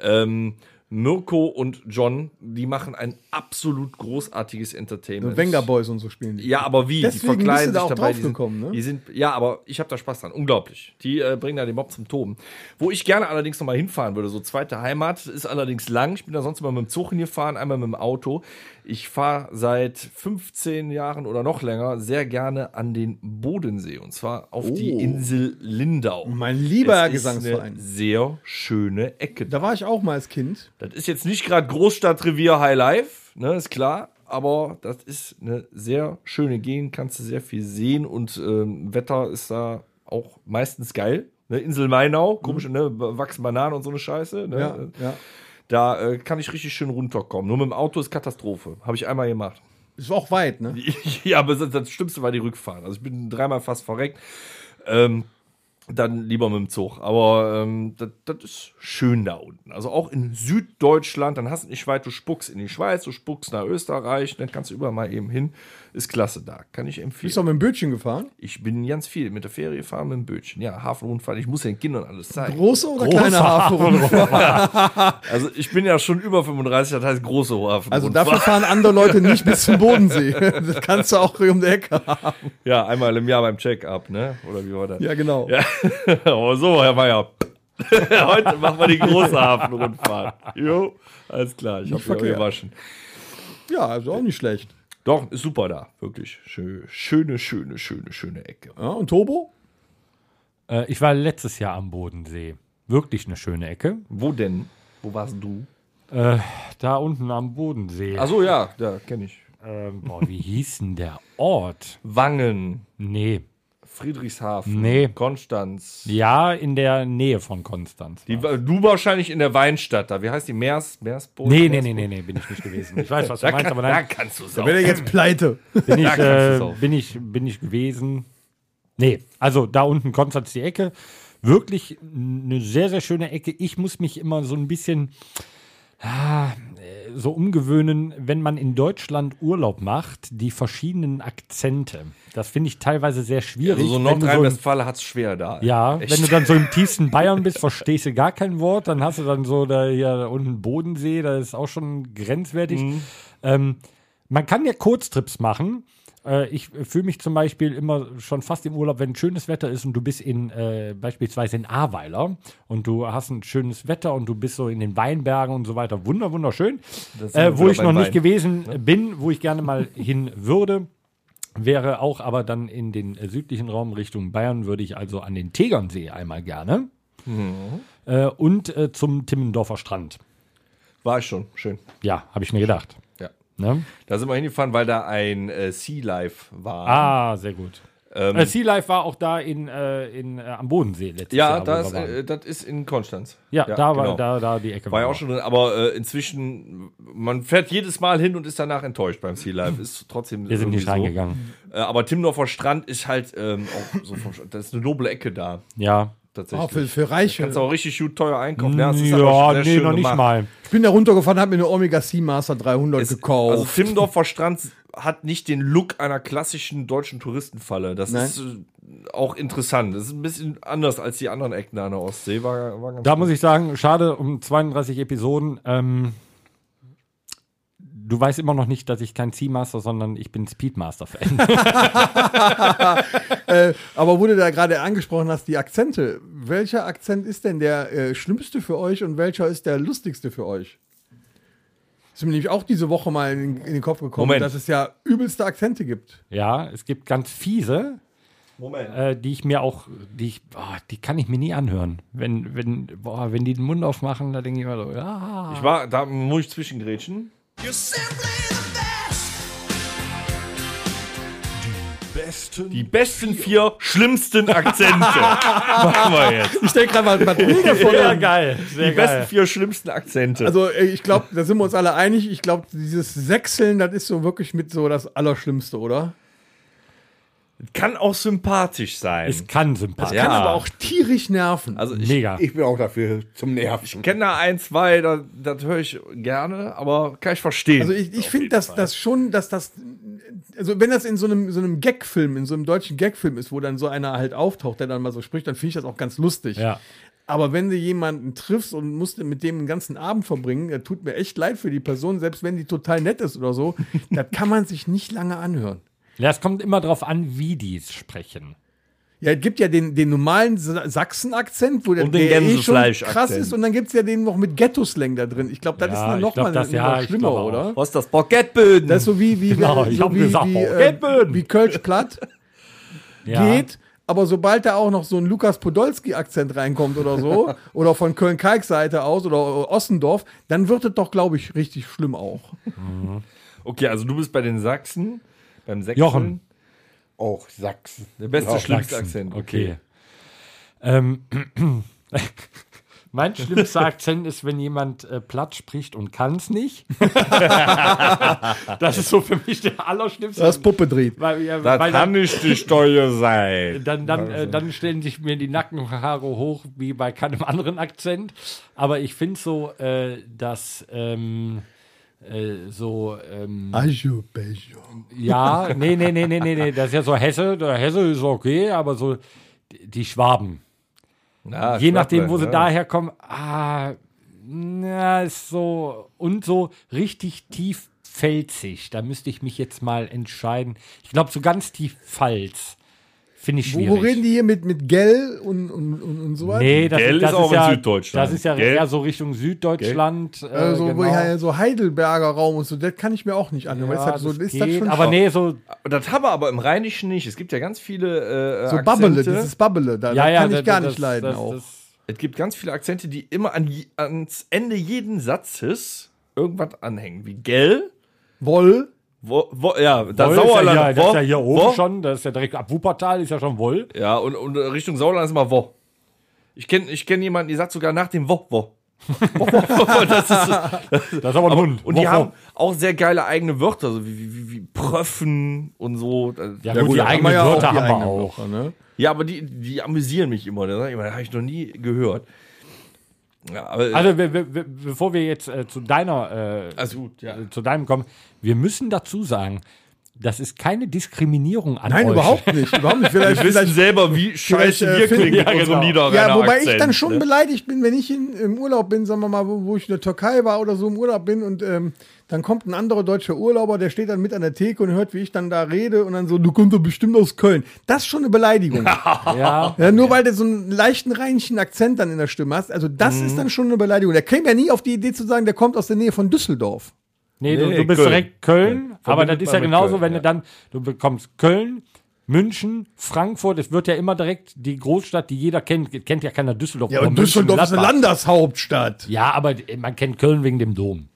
Speaker 4: Ähm, Mirko und John, die machen ein absolut großartiges Entertainment.
Speaker 3: Wenger Boys und so spielen die.
Speaker 4: Ja, aber wie?
Speaker 3: Deswegen
Speaker 4: die verkleiden
Speaker 3: bist du da
Speaker 4: sich
Speaker 3: auch
Speaker 4: dabei. die,
Speaker 3: draufgekommen,
Speaker 4: sind,
Speaker 3: ne?
Speaker 4: die sind, ja, aber ich habe da Spaß dran. Unglaublich. Die äh, bringen da den Mob zum Toben. Wo ich gerne allerdings nochmal hinfahren würde, so zweite Heimat, ist allerdings lang. Ich bin da sonst immer mit dem Zug hingefahren, einmal mit dem Auto. Ich fahre seit 15 Jahren oder noch länger sehr gerne an den Bodensee und zwar auf die Insel Lindau.
Speaker 3: Oh. Mein lieber
Speaker 4: Es ist
Speaker 3: Gesangsverein.
Speaker 4: Eine sehr schöne Ecke.
Speaker 3: Da war ich auch mal als Kind.
Speaker 4: Das ist jetzt nicht gerade Großstadtrevier High Life, ne, ist klar. Aber das ist eine sehr schöne Gegend, kannst du sehr viel sehen und ähm, Wetter ist da auch meistens geil. Ne, Insel Mainau, komisch, ne, wachsen Bananen und so eine Scheiße. Ne?
Speaker 3: Ja, ja.
Speaker 4: Da äh, kann ich richtig schön runterkommen. Nur mit dem Auto ist Katastrophe. Habe ich einmal gemacht.
Speaker 3: Ist auch weit, ne?
Speaker 4: [laughs] ja, aber das, das Schlimmste war die Rückfahrt. Also ich bin dreimal fast verreckt. Ähm, dann lieber mit dem Zug. Aber ähm, das, das ist schön da unten. Also auch in Süddeutschland, dann hast du nicht weit, du spuckst in die Schweiz, du spuckst nach Österreich, dann kannst du überall mal eben hin. Ist klasse da, kann ich
Speaker 3: Bist du auch
Speaker 4: empfehlen.
Speaker 3: mit dem Bötchen gefahren?
Speaker 4: Ich bin ganz viel mit der Ferie fahren, mit dem Bötchen. Ja, Hafenrundfahrt, ich muss den Kindern alles zeigen.
Speaker 3: Große oder kleine Hafer?
Speaker 4: Also ich bin ja schon über 35, das heißt große Hafenrundfahrt.
Speaker 3: Also dafür fahren andere Leute nicht bis zum Bodensee. Das kannst du auch um die Ecke haben.
Speaker 4: ja, einmal im Jahr beim Check-up, ne? Oder wie war das?
Speaker 3: Ja, genau.
Speaker 4: Ja, aber so, Herr Mayer. [laughs] Heute machen wir die große Hafenrundfahrt. Jo, alles klar, ich habe
Speaker 3: verkehrt.
Speaker 4: gewaschen.
Speaker 3: Ja, also auch nicht schlecht.
Speaker 4: Doch, ist super da, wirklich. Schö- Schöne, schöne, schöne, schöne Ecke.
Speaker 3: Ja, und Turbo?
Speaker 2: Äh, ich war letztes Jahr am Bodensee. Wirklich eine schöne Ecke.
Speaker 4: Wo denn? Wo warst du?
Speaker 2: Da unten am Bodensee.
Speaker 4: Achso, ja, da kenne ich.
Speaker 2: Ähm, boah, wie hieß denn der Ort?
Speaker 4: Wangen,
Speaker 2: Nee.
Speaker 4: Friedrichshafen,
Speaker 2: Nee.
Speaker 4: Konstanz.
Speaker 2: Ja, in der Nähe von Konstanz.
Speaker 4: Die, wa- du wahrscheinlich in der Weinstadt da. Wie heißt die? Meers, Meersburg?
Speaker 2: Nee, nee, nee, nee, nee, bin ich nicht gewesen. Ich weiß,
Speaker 4: [laughs]
Speaker 2: was du
Speaker 4: Da,
Speaker 2: meinst,
Speaker 4: kann,
Speaker 2: aber
Speaker 4: da
Speaker 2: nein,
Speaker 4: kannst du
Speaker 3: Wäre
Speaker 4: sagen.
Speaker 3: der jetzt pleite.
Speaker 2: bin ich,
Speaker 4: kannst du's
Speaker 2: äh,
Speaker 4: auch.
Speaker 2: bin ich, bin ich gewesen. Nee, also da unten Konstanz die Ecke. Wirklich eine sehr, sehr schöne Ecke. Ich muss mich immer so ein bisschen ah, äh, so umgewöhnen, wenn man in Deutschland Urlaub macht, die verschiedenen Akzente. Das finde ich teilweise sehr schwierig.
Speaker 4: Also so
Speaker 2: wenn du ein-
Speaker 4: Nordrhein-Westfalen hat's schwer da.
Speaker 2: Ja,
Speaker 4: Echt.
Speaker 2: wenn du dann so im tiefsten Bayern bist, verstehst du gar kein Wort. Dann hast du dann so da hier unten Bodensee, da ist auch schon grenzwertig.
Speaker 4: Mhm.
Speaker 2: Ähm, man kann ja Kurztrips machen. Äh, ich fühle mich zum Beispiel immer schon fast im Urlaub, wenn schönes Wetter ist und du bist in äh, beispielsweise in Ahrweiler und du hast ein schönes Wetter und du bist so in den Weinbergen und so weiter. Wunder, wunderschön.
Speaker 4: Das sind wir
Speaker 2: Äh, wo
Speaker 4: wieder
Speaker 2: ich
Speaker 4: beim
Speaker 2: noch nicht
Speaker 4: Wein.
Speaker 2: gewesen bin, wo ich gerne mal [laughs] hin würde. Wäre auch aber dann in den äh, südlichen Raum Richtung Bayern, würde ich also an den Tegernsee einmal gerne.
Speaker 4: Mhm.
Speaker 2: Äh, und äh, zum Timmendorfer Strand.
Speaker 4: War ich schon, schön.
Speaker 2: Ja, habe ich mir gedacht.
Speaker 4: Ja.
Speaker 2: Ne?
Speaker 4: Da sind wir hingefahren, weil da ein äh, Sea Life war.
Speaker 2: Ah, sehr gut.
Speaker 4: Ähm,
Speaker 2: äh, sea Life war auch da in, äh, in, äh, am Bodensee letztes
Speaker 4: ja,
Speaker 2: Jahr. wo wir
Speaker 4: das,
Speaker 2: waren.
Speaker 4: äh, das ist in Konstanz.
Speaker 2: ja, da war
Speaker 4: genau.
Speaker 2: da, da die Ecke.
Speaker 4: War ja
Speaker 2: war.
Speaker 4: auch schon drin, aber äh, inzwischen, man fährt jedes Mal hin und ist danach enttäuscht beim Sea Life. Ist trotzdem.
Speaker 2: Wir sind nicht
Speaker 4: irgendwie so.
Speaker 2: reingegangen.
Speaker 4: Äh, aber Timdorfer Strand ist halt ähm, auch so vom, Das ist eine noble Ecke da,
Speaker 2: Ja.
Speaker 4: tatsächlich.
Speaker 3: Oh, für, für
Speaker 4: Kannst
Speaker 3: Reiche.
Speaker 4: auch richtig gut teuer einkaufen.
Speaker 2: Ja,
Speaker 4: das ist aber schon sehr
Speaker 2: nee,
Speaker 4: schön
Speaker 2: noch nicht
Speaker 4: gemacht.
Speaker 2: mal.
Speaker 3: Ich bin da runtergefahren, habe mir eine Omega Seamaster 300
Speaker 4: Es-
Speaker 3: gekauft.
Speaker 4: Also Timmendorfer Strand hat nicht den Look einer klassischen deutschen Touristenfalle. Das
Speaker 3: Nein.
Speaker 4: ist äh, auch interessant. Das ist ein bisschen anders als die anderen Ecken an der Ostsee. War, war ganz
Speaker 2: Da muss ich sagen, schade, um 32 Episoden. Ähm, du weißt immer noch nicht, dass ich kein Seamaster, sondern ich bin
Speaker 4: [laughs]
Speaker 2: Speedmaster-Fan.
Speaker 3: Aber wo du da gerade angesprochen hast, die Akzente. Welcher Akzent ist denn der äh, schlimmste für euch und welcher ist der lustigste für euch? Ist mir nämlich auch diese Woche mal in, in den Kopf gekommen,
Speaker 4: Moment.
Speaker 3: dass es ja übelste Akzente gibt.
Speaker 2: ja, es gibt ganz fiese,
Speaker 4: Moment.
Speaker 2: äh, die ich mir auch, die ich, boah, die kann ich mir nie anhören. Wenn, wenn, boah, wenn die den Mund aufmachen, da denke ich immer so, ah.
Speaker 4: Ich war, da muss ich zwischengrätschen. Die besten vier schlimmsten [laughs] Akzente. Machen wir jetzt.
Speaker 3: Ich denke gerade mal, [laughs] was will der von
Speaker 2: Sehr
Speaker 3: uns?
Speaker 2: geil, sehr
Speaker 4: Die besten vier schlimmsten Akzente.
Speaker 3: Also äh, ich glaube, da sind wir uns alle einig. Ich glaube, dieses Sechseln, das ist so wirklich mit so das Allerschlimmste, oder?
Speaker 4: Kann auch sympathisch sein.
Speaker 2: Es kann sympathisch.
Speaker 4: Ja.
Speaker 3: Kann aber auch tierisch nerven.
Speaker 4: also ich
Speaker 2: Mega.
Speaker 5: Ich bin auch dafür zum Nerven.
Speaker 4: kenne da ein, zwei, das, das höre ich gerne, aber kann ich verstehen.
Speaker 3: Also ich, ich finde, dass das schon, dass das, also wenn das in so einem, so einem Gag-Film, in so einem deutschen Gag-Film ist, wo dann so einer halt auftaucht, der dann mal so spricht, dann finde ich das auch ganz lustig.
Speaker 2: Ja.
Speaker 3: Aber wenn du jemanden triffst und musst mit dem einen ganzen Abend verbringen, das tut mir echt leid für die Person, selbst wenn die total nett ist
Speaker 2: [laughs]
Speaker 3: oder so, das kann man sich nicht lange anhören.
Speaker 2: ja, es kommt immer drauf an, wie die es sprechen.
Speaker 3: Ja, es gibt ja den, den normalen Sa- Sachsen-Akzent, wo der,
Speaker 4: Und den
Speaker 3: der eh schon
Speaker 4: Gänsefleisch-Akzent.
Speaker 3: krass ist, und dann gibt es ja den noch mit Ghetto-Slang da drin. Ich glaube, das
Speaker 2: Ja,
Speaker 3: ist dann
Speaker 2: ich
Speaker 3: noch
Speaker 2: glaub,
Speaker 3: mal
Speaker 2: das-
Speaker 3: noch
Speaker 2: ja, ich
Speaker 3: schlimmer,
Speaker 2: glaub auch.
Speaker 3: oder?
Speaker 4: Was ist das Parkettböden?
Speaker 3: Das ist so wie, wie,
Speaker 2: Genau,
Speaker 3: wie,
Speaker 2: ich
Speaker 3: so
Speaker 2: hab
Speaker 3: wie,
Speaker 2: gesagt,
Speaker 3: wie,
Speaker 2: oh,
Speaker 3: äh,
Speaker 2: Eppen.
Speaker 3: wie Kölsch platt
Speaker 2: [laughs] Ja.
Speaker 3: geht, aber sobald da auch noch so ein Lukas Podolski-Akzent reinkommt
Speaker 2: [laughs]
Speaker 3: oder so, oder von Köln-Kalk-Seite aus oder Ossendorf, dann wird es doch, glaube ich, richtig schlimm auch.
Speaker 4: Okay, also du bist bei den Sachsen, beim Sächseln.
Speaker 2: Jochen.
Speaker 5: Auch Sachsen.
Speaker 4: Der beste,
Speaker 5: Auch
Speaker 4: schlimmste Akzent.
Speaker 2: Okay. Ähm, [clears throat] mein schlimmster Akzent ist, wenn jemand äh, platt spricht und kann es [laughs] nicht. das ist so für mich der allerschlimmste.
Speaker 3: Das Puppe dreht.
Speaker 2: weil, ja,
Speaker 4: Das
Speaker 2: weil dann,
Speaker 4: kann nicht die Steuer sein.
Speaker 2: dann, dann,
Speaker 3: also.
Speaker 2: äh, dann stellen sich mir die Nackenhaare hoch, wie bei keinem [laughs] anderen Akzent. Aber ich finde so, äh, dass ähm, äh, so ähm,
Speaker 3: Ajo, Bejo.
Speaker 2: Ja, nee, nee, nee, nee, nee, nee. Das ist ja so Hesse. Der Hesse ist okay, aber so die die Schwaben.
Speaker 4: [laughs] Na, ne?
Speaker 2: Je nachdem, wo sie
Speaker 4: Schwabe,
Speaker 2: daher kommen, ah, na, ist so und so richtig tief pfälzig. Da müsste ich mich jetzt mal entscheiden. Ich glaube, so ganz tief Pfalz finde ich
Speaker 3: Wo,
Speaker 2: schwierig.
Speaker 3: wo reden die hier mit, mit Gell und, und, und, und so weiter?
Speaker 2: Nee, das,
Speaker 4: Gell
Speaker 2: das
Speaker 4: ist auch in
Speaker 2: ja,
Speaker 4: Süddeutschland.
Speaker 2: Das ist ja
Speaker 4: Gell?
Speaker 2: eher so Richtung Süddeutschland. Äh,
Speaker 3: Also,
Speaker 2: genau.
Speaker 3: wo ja, so Heidelberger Raum und so, das kann ich mir auch nicht anhören. weil
Speaker 2: Ja,
Speaker 3: ist das so,
Speaker 2: das
Speaker 3: ist
Speaker 2: geht,
Speaker 3: das schon
Speaker 2: aber
Speaker 3: scharf.
Speaker 2: nee, so
Speaker 4: Und das haben wir aber im Rheinischen nicht. Es gibt ja ganz viele äh,
Speaker 3: So
Speaker 4: Akzente.
Speaker 3: Babbele, dieses Babbele, da
Speaker 2: ja,
Speaker 3: da
Speaker 2: ja,
Speaker 3: kann
Speaker 2: das-
Speaker 3: ich gar
Speaker 2: das-
Speaker 3: nicht leiden
Speaker 2: das-
Speaker 3: auch.
Speaker 2: das-
Speaker 4: Es gibt ganz viele Akzente, die immer an, je- ans Ende jeden Satzes irgendwas anhängen. Wie gell,
Speaker 3: Woll,
Speaker 4: wo, wo, ja, das
Speaker 2: Woll
Speaker 4: Sauerland.
Speaker 2: Ist ja, hier- das
Speaker 4: wo,
Speaker 2: ist ja hier oben
Speaker 4: wo.
Speaker 2: schon, das ist ja direkt ab Wuppertal, ist ja schon Woll.
Speaker 4: Ja, und, und Richtung Sauerland ist immer wo. Ich kenne ich kenn jemanden, die sagt sogar nach dem wo,
Speaker 2: [laughs]
Speaker 4: wo. Wo, wo, wo. das ist,
Speaker 2: Das ist aber ein Hund.
Speaker 4: und
Speaker 2: Wo-
Speaker 4: die
Speaker 2: wo.
Speaker 4: haben auch sehr geile eigene Wörter, so wie, wie, wie, wie Pröffen und so.
Speaker 2: ja, gut, die eigenen
Speaker 3: ja auch
Speaker 2: Wörter
Speaker 3: die
Speaker 2: haben wir
Speaker 3: eigenen
Speaker 2: auch.
Speaker 3: ne?
Speaker 4: Ja, aber die, die amüsieren mich immer. Da sag ich immer, Das habe ich noch nie gehört. Ja, aber,
Speaker 2: Also, wir, wir, wir- bevor wir jetzt äh, zu deiner, äh,
Speaker 4: also gut, ja.
Speaker 2: äh, zu deinem kommen, wir müssen dazu sagen, das ist keine Diskriminierung an
Speaker 3: Nein,
Speaker 2: euch.
Speaker 3: überhaupt nicht.
Speaker 2: [laughs]
Speaker 3: Überhaupt nicht.
Speaker 4: Wir
Speaker 3: Vielleicht,
Speaker 4: wissen
Speaker 3: vielleicht
Speaker 4: selber, wie scheiße
Speaker 3: vielleicht, äh,
Speaker 4: wir
Speaker 3: finden-
Speaker 4: klingen
Speaker 2: Ja,
Speaker 4: mit unserem
Speaker 2: genau.
Speaker 4: Niederrheiner
Speaker 3: Ja, wobei ich
Speaker 4: Akzent,
Speaker 3: dann schon
Speaker 4: ne?
Speaker 3: beleidigt bin, wenn ich in, im Urlaub bin, sagen wir mal, wo, wo ich in der Türkei war oder so im Urlaub bin und ähm, dann kommt ein anderer deutscher Urlauber, der steht dann mit an der Theke und hört, wie ich dann da rede und dann so, du kommst doch bestimmt aus Köln. Das ist schon
Speaker 2: [laughs]
Speaker 3: eine Beleidigung.
Speaker 4: [laughs]
Speaker 2: Ja,
Speaker 3: ja, nur weil du so einen leichten rheinischen Akzent dann in der Stimme hast. Also das
Speaker 2: Mhm.
Speaker 3: ist dann schon eine Beleidigung. Der käme ja nie auf die Idee zu sagen, der kommt aus der Nähe von Düsseldorf.
Speaker 2: nee, du,
Speaker 4: Nee,
Speaker 2: du bist
Speaker 4: Köln.
Speaker 2: direkt Köln, aber das
Speaker 4: Verbindet
Speaker 2: ist
Speaker 4: man
Speaker 2: ja
Speaker 4: mit
Speaker 2: genauso,
Speaker 4: Köln,
Speaker 2: wenn
Speaker 4: ja.
Speaker 2: du dann, du bekommst Köln, München, Frankfurt, es wird ja immer direkt die Großstadt, die jeder kennt, kennt ja keiner Düsseldorf. oder München, Gladbach.
Speaker 3: Landeshauptstadt.
Speaker 2: Ja, aber man kennt Köln wegen dem Dom.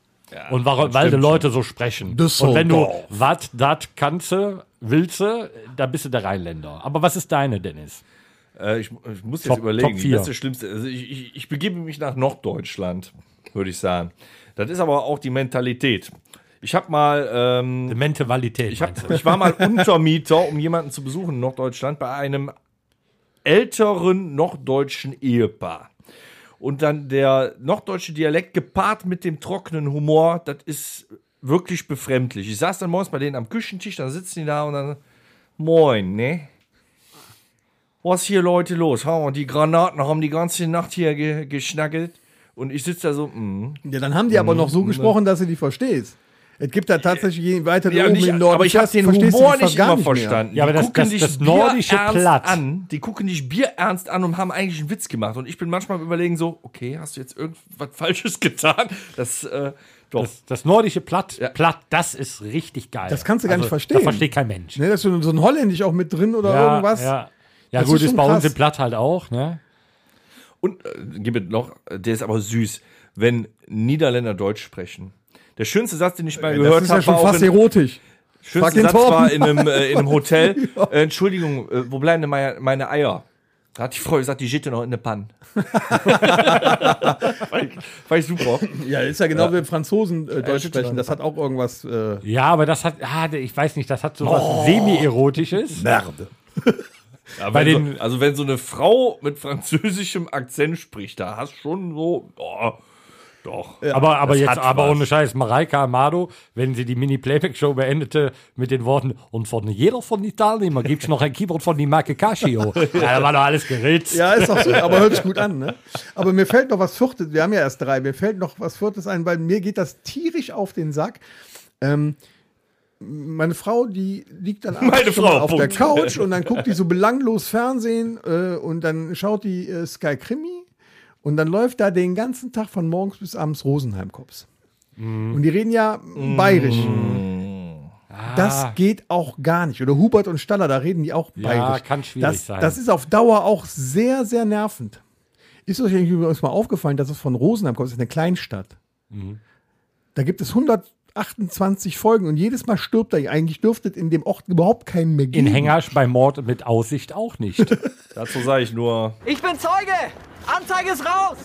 Speaker 2: und warum, weil die Leute so sprechen.
Speaker 3: Das
Speaker 2: und wenn du
Speaker 3: Dorf.
Speaker 2: wat dat kannst, du, willst, du, dann bist du der Rheinländer. Aber was ist deine, Dennis?
Speaker 4: Äh, ich, ich muss jetzt
Speaker 2: Top-
Speaker 4: überlegen,
Speaker 2: Top
Speaker 4: die
Speaker 2: vier.
Speaker 4: beste, schlimmste. Also ich, ich, ich begebe mich nach Norddeutschland, würde ich sagen. Das ist aber auch die Mentalität. Ich habe mal, ähm,
Speaker 2: Mentalität.
Speaker 4: ich, hab, ich war mal Untermieter, um jemanden zu besuchen in Norddeutschland, bei einem älteren norddeutschen Ehepaar. Und dann der norddeutsche Dialekt gepaart mit dem trockenen Humor, das ist wirklich befremdlich. Ich saß dann morgens bei denen am Küchentisch, dann sitzen die da und dann, moin, ne? Was hier Leute los? Ha, die Granaten haben die ganze Nacht hier ge geschnackelt. Und ich sitze da so, mm.
Speaker 3: Ja, dann haben die aber noch so
Speaker 4: Mhm.
Speaker 3: gesprochen, dass du die verstehst. Es gibt da tatsächlich je weiter du
Speaker 4: Äh, Ja,
Speaker 3: oben
Speaker 4: nicht,
Speaker 3: im Norden
Speaker 4: aber ich habe den
Speaker 3: verstehst du
Speaker 4: Humor
Speaker 3: die fast
Speaker 4: nicht
Speaker 3: gar
Speaker 4: immer
Speaker 3: mehr.
Speaker 4: verstanden.
Speaker 2: Ja, aber
Speaker 4: Die
Speaker 2: das-
Speaker 4: gucken
Speaker 2: das-
Speaker 4: dich
Speaker 2: das nordische
Speaker 4: bierernst
Speaker 2: Platt.
Speaker 4: an. Die gucken dich bierernst an und haben eigentlich einen Witz gemacht. Und ich bin manchmal am überlegen so, okay, hast du jetzt irgendwas [laughs] Falsches getan? Das, äh, doch.
Speaker 2: das, das nordische Platt, Platt, das ist richtig geil.
Speaker 3: Das kannst du gar nicht verstehen.
Speaker 2: Das versteht kein Mensch.
Speaker 3: Ne, das ist so so ein Holländisch auch mit drin oder irgendwas.
Speaker 2: Ja, ja
Speaker 3: Das
Speaker 2: gut,
Speaker 3: ist
Speaker 2: ist,
Speaker 3: schon
Speaker 2: bei uns
Speaker 3: krass.
Speaker 2: im Platt halt auch. Ne?
Speaker 4: und äh, gib es noch, äh, der ist aber süß, wenn Niederländer Deutsch sprechen. Der schönste Satz, den ich mal
Speaker 3: Das
Speaker 4: gehört
Speaker 3: ist ja
Speaker 4: habe,
Speaker 3: schon
Speaker 4: war auch
Speaker 3: fast
Speaker 4: in,
Speaker 3: erotisch. Frag
Speaker 4: schönste
Speaker 3: den
Speaker 4: Satz
Speaker 3: Torben.
Speaker 2: [laughs]
Speaker 4: war in einem, äh, in einem Hotel. Äh, Entschuldigung, äh, wo bleiben denn meine, meine Eier? Da hat die Frau gesagt, die Jitte noch in
Speaker 2: [laughs]
Speaker 4: der Panne. fand, ich, fand ich super.
Speaker 3: Ja, ist ja genau wie wenn Franzosen äh, Deutsch sprechen. Das hat auch irgendwas. Äh,
Speaker 2: Ja, aber das hat, ah, ich weiß nicht, das hat so was
Speaker 3: Oh.
Speaker 2: semi-erotisches.
Speaker 7: Merde.
Speaker 4: Ja,
Speaker 2: Bei
Speaker 4: wenn
Speaker 2: den-
Speaker 4: so, also wenn so eine Frau mit französischem Akzent spricht, da hast schon so, oh, doch.
Speaker 2: aber aber
Speaker 4: das
Speaker 2: jetzt,
Speaker 4: hat
Speaker 2: aber
Speaker 4: was.
Speaker 2: ohne Scheiß, Mareike Amado, wenn sie die Mini-Playback-Show beendete mit den Worten, und von jeder von den Teilnehmern gibt es noch ein Keyboard von die Marke Casio.
Speaker 3: [laughs]
Speaker 2: ja, da war doch alles geritzt.
Speaker 3: ja, ist auch
Speaker 4: [laughs]
Speaker 3: so, aber hört sich gut an. Ne? Aber mir fällt noch was Viertes, wir haben ja erst drei, mir fällt noch was Viertes ein, weil mir geht das tierisch auf den Sack. Ähm, meine Frau, die liegt dann abends
Speaker 4: Meine
Speaker 3: schon mal
Speaker 4: Frau,
Speaker 3: auf der
Speaker 4: Punkt.
Speaker 3: Couch und dann guckt die so belanglos Fernsehen äh, und dann schaut die äh, Sky Krimi und dann läuft da den ganzen Tag von morgens bis abends Rosenheim-Kops. Und die reden ja bayerisch.
Speaker 2: Mm.
Speaker 3: Das geht auch gar nicht. Oder Hubert und Staller, da reden die auch
Speaker 2: Ah. Ja,
Speaker 3: bayerisch.
Speaker 2: kann schwierig
Speaker 3: das,
Speaker 2: sein.
Speaker 3: Das ist auf Dauer auch sehr, sehr nervend. Ist euch eigentlich übrigens mal aufgefallen, dass es von Rosenheim kommt, das ist eine Kleinstadt.
Speaker 2: Mhm.
Speaker 3: Da gibt es 128 Folgen und jedes Mal stirbt er. Eigentlich dürfte es in dem Ort überhaupt keinen mehr
Speaker 2: In
Speaker 3: geben.
Speaker 2: Hengersch bei Mord mit Aussicht auch nicht.
Speaker 4: Dazu sage ich nur,
Speaker 8: Ich bin Zeuge! Anzeige ist raus!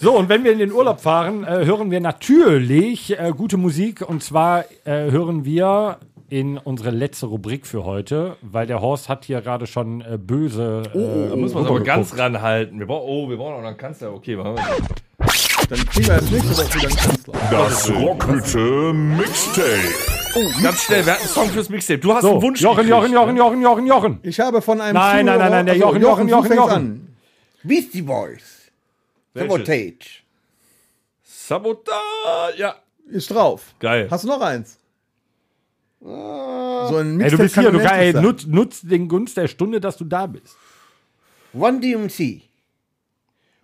Speaker 2: So, und wenn wir in den Urlaub fahren, äh, hören wir natürlich äh, gute Musik. Und zwar äh, hören wir in unsere letzte Rubrik für heute, weil der Horst hat hier gerade schon äh, böse. Äh,
Speaker 4: da müssen wir uns aber ganz ranhalten. Wir brauchen, oh, wir brauchen auch noch einen Kanzler. Okay, machen wir.
Speaker 3: Dann kriegen wir das nächste Woche wieder einen Kanzler.
Speaker 1: Das Rockhütte Mixtape.
Speaker 4: Ganz schnell, wir hatten einen Song fürs Mixtape. Du hast
Speaker 2: so,
Speaker 4: einen Wunsch.
Speaker 2: Jochen, Jochen,
Speaker 4: gekriegt, ne?
Speaker 2: Jochen, Jochen, Jochen, Jochen.
Speaker 3: Ich habe von einem
Speaker 2: Nein, nein, nein, nein, der
Speaker 3: Also,
Speaker 2: Jochen, Jochen,
Speaker 3: du
Speaker 2: Jochen,
Speaker 3: fängst
Speaker 2: Jochen.
Speaker 3: an.
Speaker 5: Beastie Boys.
Speaker 4: ne? Welches?
Speaker 5: Sabotage.
Speaker 4: Sabotage. Ja,
Speaker 3: Ist drauf.
Speaker 4: Geil.
Speaker 3: Hast du noch eins? Ah, So ein
Speaker 2: Ey, du
Speaker 3: Mixtape
Speaker 2: bist hier,
Speaker 3: kann
Speaker 2: du
Speaker 3: unendlich
Speaker 2: kann, ey,
Speaker 3: sein.
Speaker 2: nutz, nutz den Gunst der Stunde, dass du da bist.
Speaker 5: One DMC.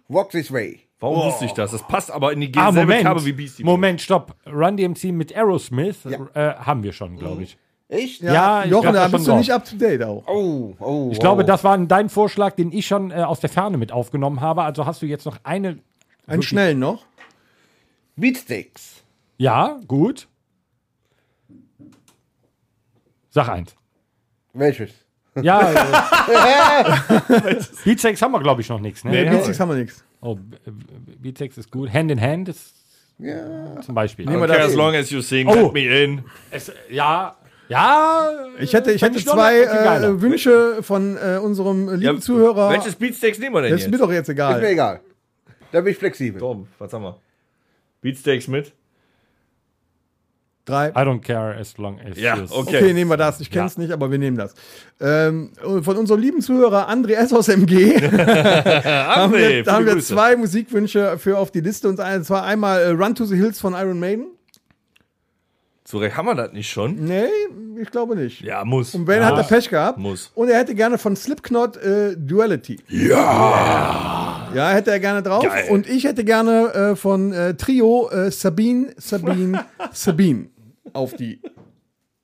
Speaker 5: Walk This Way.
Speaker 4: Warum wusste ich das? Das passt aber in die
Speaker 2: Ah,
Speaker 4: selbe
Speaker 2: Moment,
Speaker 4: Kerbe wie Beastie. Boys.
Speaker 2: Moment, stopp. Run DMC mit Aerosmith äh, haben wir schon, glaube ich.
Speaker 5: Echt?
Speaker 2: Ja, ich
Speaker 3: Jochen,
Speaker 2: glaub,
Speaker 3: da
Speaker 2: das
Speaker 3: bist
Speaker 2: schon
Speaker 3: du nicht
Speaker 2: drauf.
Speaker 3: up to date auch.
Speaker 5: Oh, oh.
Speaker 2: Ich glaube, das war dein Vorschlag, den ich schon äh, aus der Ferne mit aufgenommen habe. Also hast du jetzt noch eine.
Speaker 3: Einen schnellen noch.
Speaker 5: Beatsticks.
Speaker 2: Ja, gut. Sag eins.
Speaker 5: Welches?
Speaker 4: [laughs]
Speaker 2: Ja. äh, Beatsex haben wir, glaube ich, noch nichts. Ne?
Speaker 3: Ja, Beatsex haben wir nichts.
Speaker 2: Oh, B- B- Beatsex ist gut. Hand in Hand ist zum Beispiel.
Speaker 4: I don't care as long as you sing,
Speaker 2: Oh.
Speaker 4: let me in.
Speaker 2: Es, ja, ja.
Speaker 3: Ich hätte, ich
Speaker 2: Fänd
Speaker 3: hätte
Speaker 2: doch
Speaker 3: zwei
Speaker 2: noch viel geiler.
Speaker 3: äh, Wünsche von äh, unserem lieben
Speaker 4: Ja,
Speaker 3: Zuhörer.
Speaker 4: Welches Beatsteaks nehmen wir denn
Speaker 3: das
Speaker 4: jetzt?
Speaker 3: ist mir doch jetzt
Speaker 5: Ist mir
Speaker 3: egal.
Speaker 5: egal. Da bin ich flexibel.
Speaker 4: Tom, was haben wir? Beatsteaks mit?
Speaker 3: Drei.
Speaker 2: I don't care as long as
Speaker 4: Ja,
Speaker 2: you-
Speaker 4: Ah, okay.
Speaker 3: Okay, nehmen wir das. Ich kenne es nicht, aber wir nehmen das. Ähm, von unserem lieben Zuhörer André S. aus
Speaker 4: [laughs]
Speaker 3: MG haben
Speaker 4: André,
Speaker 3: wir,
Speaker 4: viele
Speaker 3: da haben wir
Speaker 4: Grüße.
Speaker 3: zwei Musikwünsche für auf die Liste. Und zwar einmal äh, Run to the Hills von Iron Maiden.
Speaker 4: Zu Recht haben wir das nicht schon?
Speaker 3: Nee, ich glaube nicht.
Speaker 4: Ja, muss.
Speaker 3: Und wenn, hat er Pech gehabt.
Speaker 4: Muss.
Speaker 3: Und er hätte gerne von Slipknot äh, Duality. Ja! Ja, hätte er gerne drauf.
Speaker 4: Geil.
Speaker 3: Und ich hätte gerne äh, von äh, Trio äh, Sabine,
Speaker 4: [laughs]
Speaker 3: Sabine, Sabine auf die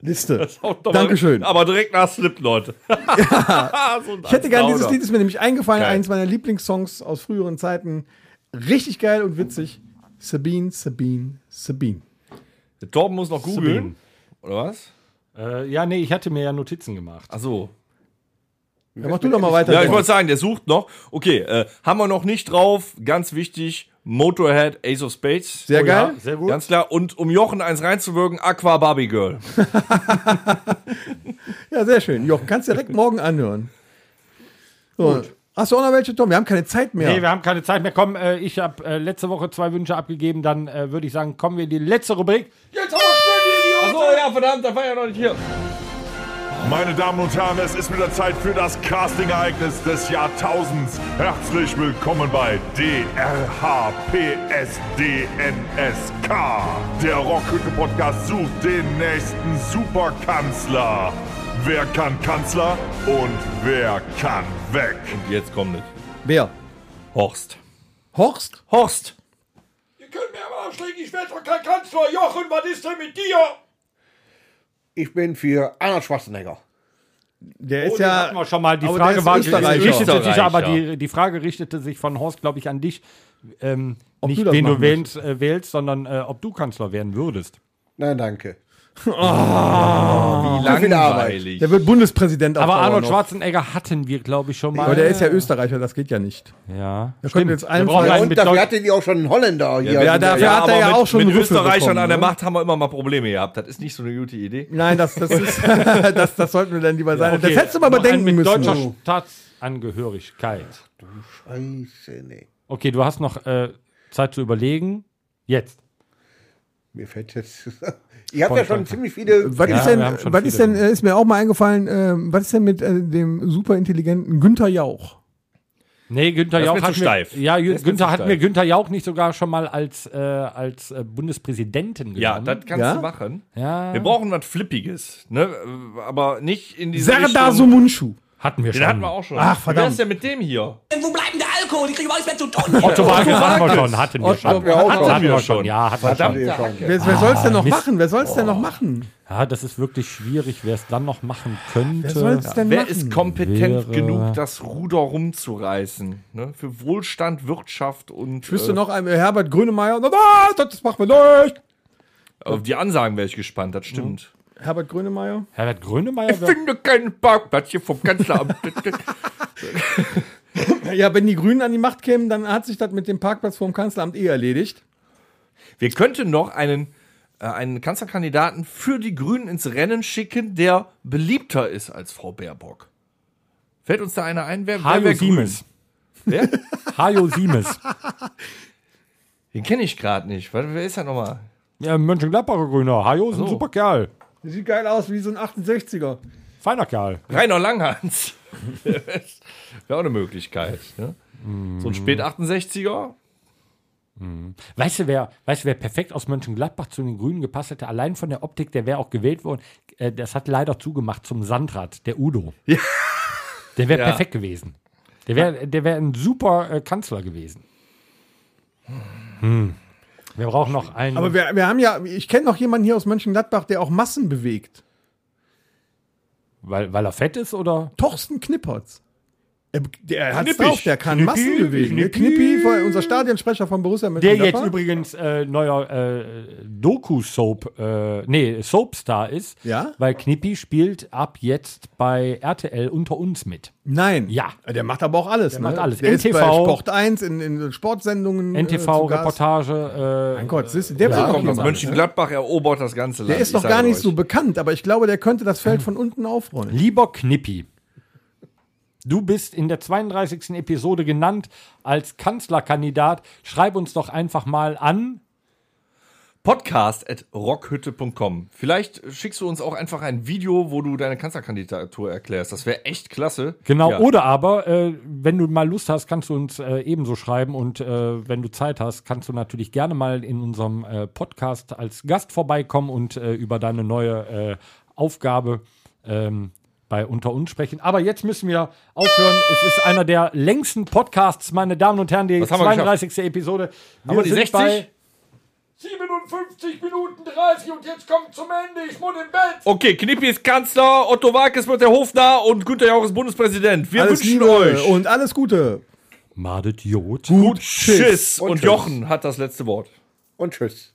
Speaker 3: Liste.
Speaker 4: Haut doch mal-
Speaker 3: Dankeschön.
Speaker 4: Aber direkt
Speaker 3: [laughs]
Speaker 4: nach Slipknot. [laughs] So ein
Speaker 3: Ich hätte gerne dieses Lied, ist mir nämlich eingefallen,
Speaker 4: Geil.
Speaker 3: eins meiner Lieblingssongs aus früheren Zeiten. Richtig geil und witzig. Sabine, Sabine, Sabine.
Speaker 4: Der Torben muss noch googeln. Oder was?
Speaker 2: Äh, ja, nee, ich hatte mir ja Notizen gemacht.
Speaker 4: Ach so.
Speaker 3: Ja, mach du doch mal weiter.
Speaker 4: Ja, ich wollte sagen, der sucht noch. Okay, äh, haben wir noch nicht drauf. Ganz wichtig, Motorhead, Ace of Spades. Oh
Speaker 3: Sehr geil.
Speaker 2: Ja, sehr gut.
Speaker 4: Ganz klar. Und um Jochen eins reinzuwirken, Aqua Barbie Girl.
Speaker 3: Ja, sehr schön. Jochen, kannst
Speaker 4: [laughs]
Speaker 3: direkt morgen anhören. So. Hast du auch noch welche, Tom? Wir haben keine Zeit mehr.
Speaker 2: Nee, wir haben keine Zeit mehr. Komm, äh, ich habe äh, letzte Woche zwei Wünsche abgegeben. Dann äh, würde ich sagen, kommen wir in die letzte Rubrik.
Speaker 4: Jetzt haben wir schnell die Idioten. Achso, ja, Ah, verdammt, da war ja noch nicht hier.
Speaker 1: Meine Damen und Herren, es ist wieder Zeit für das Casting-Ereignis des Jahrtausends. Herzlich willkommen bei DRHPSDNSK. Der Rockhütte-Podcast sucht den nächsten Superkanzler. Wer kann Kanzler und wer kann weg?
Speaker 4: Jetzt kommt es.
Speaker 3: Wer?
Speaker 4: Horst.
Speaker 3: Horst?
Speaker 4: Horst.
Speaker 2: Ihr könnt mir aber ausschlägen, ich werde doch kein Kanzler. Jochen, was ist denn mit dir?
Speaker 5: Ich bin für Arnold Schwarzenegger.
Speaker 3: Der
Speaker 2: Oh,
Speaker 3: ist
Speaker 2: den
Speaker 3: ja.
Speaker 2: hatten wir schon mal. Die
Speaker 3: aber der
Speaker 2: Frage
Speaker 3: ist
Speaker 2: war,
Speaker 3: Österreicher.
Speaker 2: richtete sich,
Speaker 4: Österreicher.
Speaker 2: aber die, die Frage richtete sich von Horst, glaube ich, an dich. Ähm,
Speaker 3: Ob
Speaker 2: nicht,
Speaker 3: du das
Speaker 2: wen du
Speaker 3: machen
Speaker 2: wählst, äh, wählst sondern äh, ob du Kanzler werden würdest.
Speaker 5: Nein, danke. viel Arbeit.
Speaker 3: Der wird Bundespräsident auf
Speaker 2: Aber
Speaker 3: Dauer
Speaker 2: Arnold
Speaker 3: noch.
Speaker 2: Schwarzenegger hatten wir, glaube ich, schon mal.
Speaker 3: Aber der ist ja Österreicher, das geht ja nicht.
Speaker 2: Ja.
Speaker 3: Da könnten jetzt allen
Speaker 2: brauchen
Speaker 3: Fragen-
Speaker 2: einen
Speaker 5: Ja,
Speaker 2: mit
Speaker 5: und dafür
Speaker 2: Deutsch-
Speaker 5: hatte die auch schon einen Holländer hier.
Speaker 3: Ja, dafür hat er ja
Speaker 4: mit,
Speaker 3: auch schon
Speaker 4: mit
Speaker 3: einen Rüffel
Speaker 4: Österreichern
Speaker 3: bekommen,
Speaker 4: an der
Speaker 3: ne?
Speaker 4: Macht haben wir immer mal Probleme gehabt. Das ist nicht so eine gute Idee.
Speaker 3: Nein, das,
Speaker 2: [laughs]
Speaker 3: das, ist, [laughs] das, das sollten wir dann lieber sein. Das hättest du mal
Speaker 2: noch
Speaker 3: bedenken
Speaker 2: einen mit
Speaker 3: müssen.
Speaker 2: deutscher Staatsangehörigkeit.
Speaker 5: Scheiße, nee.
Speaker 2: Okay, du hast noch äh, Zeit zu überlegen. Jetzt.
Speaker 5: Mir fällt jetzt. [laughs] Ihr habt ja schon ziemlich viele.
Speaker 3: Was ist denn,
Speaker 2: wir haben schon
Speaker 3: was ist
Speaker 2: viele.
Speaker 3: denn äh, ist mir auch mal eingefallen, äh, was ist denn mit äh, dem superintelligenten Günther Jauch?
Speaker 2: Nee, Günther
Speaker 4: Das
Speaker 2: Jauch
Speaker 4: wird
Speaker 2: hat
Speaker 4: zu
Speaker 2: mir,
Speaker 4: steif.
Speaker 2: Ja, Jü-
Speaker 4: Das wird
Speaker 2: Günther
Speaker 4: zu
Speaker 2: hat
Speaker 4: steif.
Speaker 2: mir Günther Jauch nicht sogar schon mal als, äh, als äh, Bundespräsidenten genommen.
Speaker 4: Ja, das kannst
Speaker 3: Ja?
Speaker 4: du machen.
Speaker 2: Ja.
Speaker 4: Wir brauchen was Flippiges, ne? Aber nicht in diese
Speaker 3: Serdar
Speaker 4: Richtung.
Speaker 3: Sumunchu.
Speaker 2: hatten wir schon.
Speaker 4: Den hatten wir auch schon.
Speaker 3: Ach, verdammt.
Speaker 4: Wer ist denn mit dem hier?
Speaker 8: Wo bleibt denn der Alkohol? Ich kriege überhaupt nichts mehr zu tun.
Speaker 2: Otto Wagen hatten wir schon, hatten wir schon.
Speaker 5: hatten wir auch
Speaker 2: Hatten wir schon,
Speaker 4: Hatten wir
Speaker 5: schon.
Speaker 2: ja, Ah, hatten wir schon.
Speaker 5: Habt ihr schon.
Speaker 3: Wer, wer soll's denn noch machen? Wer soll's denn noch machen?
Speaker 2: Ja, das ist wirklich schwierig, wer es dann noch machen könnte.
Speaker 3: Wer soll's denn
Speaker 4: Wer
Speaker 3: machen?
Speaker 4: ist kompetent
Speaker 2: Wäre-
Speaker 4: genug, das Ruder rumzureißen? Ne? Für Wohlstand, Wirtschaft und
Speaker 3: ich
Speaker 2: Äh.
Speaker 3: wüsste noch einmal Herbert Grönemeyer. Na, na, das machen wir nicht.
Speaker 4: auf äh, die Ansagen wäre ich gespannt, das stimmt.
Speaker 3: Mhm. Herbert Grönemeyer.
Speaker 2: Herbert Grönemeyer wäre
Speaker 4: finde keinen Parkplatz hier vom Kanzleramt.
Speaker 3: [laughs] Ja, wenn die Grünen an die Macht kämen, dann hat sich das mit dem Parkplatz vorm Kanzleramt eh erledigt.
Speaker 4: Wir könnten noch einen, äh, einen Kanzlerkandidaten für die Grünen ins Rennen schicken, der beliebter ist als Frau Baerbock. Fällt uns da einer ein? Wer, wer
Speaker 2: Hajo
Speaker 4: wär grün?
Speaker 2: Siemes.
Speaker 4: Wer?
Speaker 3: [laughs]
Speaker 2: Hajo Siemes.
Speaker 4: Den kenne ich gerade nicht. Warte, Wer ist da nochmal?
Speaker 2: Ja, Mönchengladbacher Grüner. Hajo ist ein
Speaker 4: So.
Speaker 2: super Kerl.
Speaker 3: Das sieht geil aus, wie so ein 68er.
Speaker 2: Feiner Kerl.
Speaker 4: Rainer Langhans. Wäre auch eine Möglichkeit. Ne? So ein Spät-68er.
Speaker 2: Weißt du, wer, weißt du, wer perfekt aus Mönchengladbach zu den Grünen gepasst hätte? Allein von der Optik, der wäre auch gewählt worden. Äh, Das hat leider zugemacht zum Sandrad, der Udo. Der wäre
Speaker 4: Ja.
Speaker 2: perfekt gewesen. Der wäre der wär ein super äh, Kanzler gewesen. Hm. Wir brauchen noch einen.
Speaker 3: Aber wir, wir haben ja, ich kenne noch jemanden hier aus Mönchengladbach, der auch Massen bewegt.
Speaker 2: weil, weil er fett ist oder?
Speaker 3: Torsten Knippertz. Er- Der hat's
Speaker 2: Knippig.
Speaker 3: drauf, der kann
Speaker 2: Knippi,
Speaker 3: Massen bewegen. ne?
Speaker 2: Knippi.
Speaker 3: Knippi, voll- unser Stadionsprecher von Borussia
Speaker 2: Der
Speaker 3: Mönchengladbach.
Speaker 2: jetzt übrigens äh, neuer äh, Doku-Soap, äh, nee, Soapstar ist,
Speaker 3: Ja?
Speaker 2: weil Knippi spielt ab jetzt bei RTL unter uns mit.
Speaker 3: Nein.
Speaker 2: Ja.
Speaker 3: Der macht aber auch alles. Der
Speaker 2: macht alles.
Speaker 3: Der ist bei
Speaker 2: NTV.
Speaker 3: Sport 1, in, in Sportsendungen. äh, zu Gast.
Speaker 2: NTV-Reportage. Äh,
Speaker 3: Mein Gott, siehst du, der,
Speaker 4: So
Speaker 3: war auch
Speaker 4: kommt das.
Speaker 3: jemand, ne?
Speaker 4: Mönchengladbach erobert das ganze Land.
Speaker 3: der ist
Speaker 4: ich
Speaker 3: noch
Speaker 4: sage
Speaker 3: gar nicht
Speaker 4: euch.
Speaker 3: so bekannt, aber ich glaube, der könnte das Feld von unten aufrollen.
Speaker 2: Lieber Knippi, du bist in der 32. Episode genannt als Kanzlerkandidat. Schreib uns doch einfach mal an.
Speaker 4: Podcast at rockhütte.com. Vielleicht schickst du uns auch einfach ein Video, wo du deine Kanzlerkandidatur erklärst. Das wäre echt klasse.
Speaker 2: Genau,
Speaker 4: Ja.
Speaker 2: oder aber, äh, wenn du mal Lust hast, kannst du uns äh, ebenso schreiben und äh, wenn du Zeit hast, kannst du natürlich gerne mal in unserem äh, Podcast als Gast vorbeikommen und äh, über deine neue äh, Aufgabe ähm, bei Unter uns sprechen. Aber jetzt müssen wir aufhören. Es ist einer der längsten Podcasts, meine Damen und Herren, die
Speaker 4: Was haben wir
Speaker 2: 32. Episode. Wir
Speaker 4: Haben wir die 60?
Speaker 2: 57 Minuten 30 und jetzt kommt zum Ende. Ich muss im Bett.
Speaker 4: Okay, Knippi ist Kanzler, Otto Walkes wird der Hofnarr und Günter Jauch ist Bundespräsident. Wir
Speaker 3: Alles
Speaker 4: wünschen
Speaker 3: Liebe
Speaker 4: euch
Speaker 3: und alles Gute.
Speaker 2: Madet Jod.
Speaker 4: gut Schiss.
Speaker 5: Und
Speaker 4: Und
Speaker 5: tschüss.
Speaker 4: Jochen hat das letzte Wort.
Speaker 5: Und tschüss.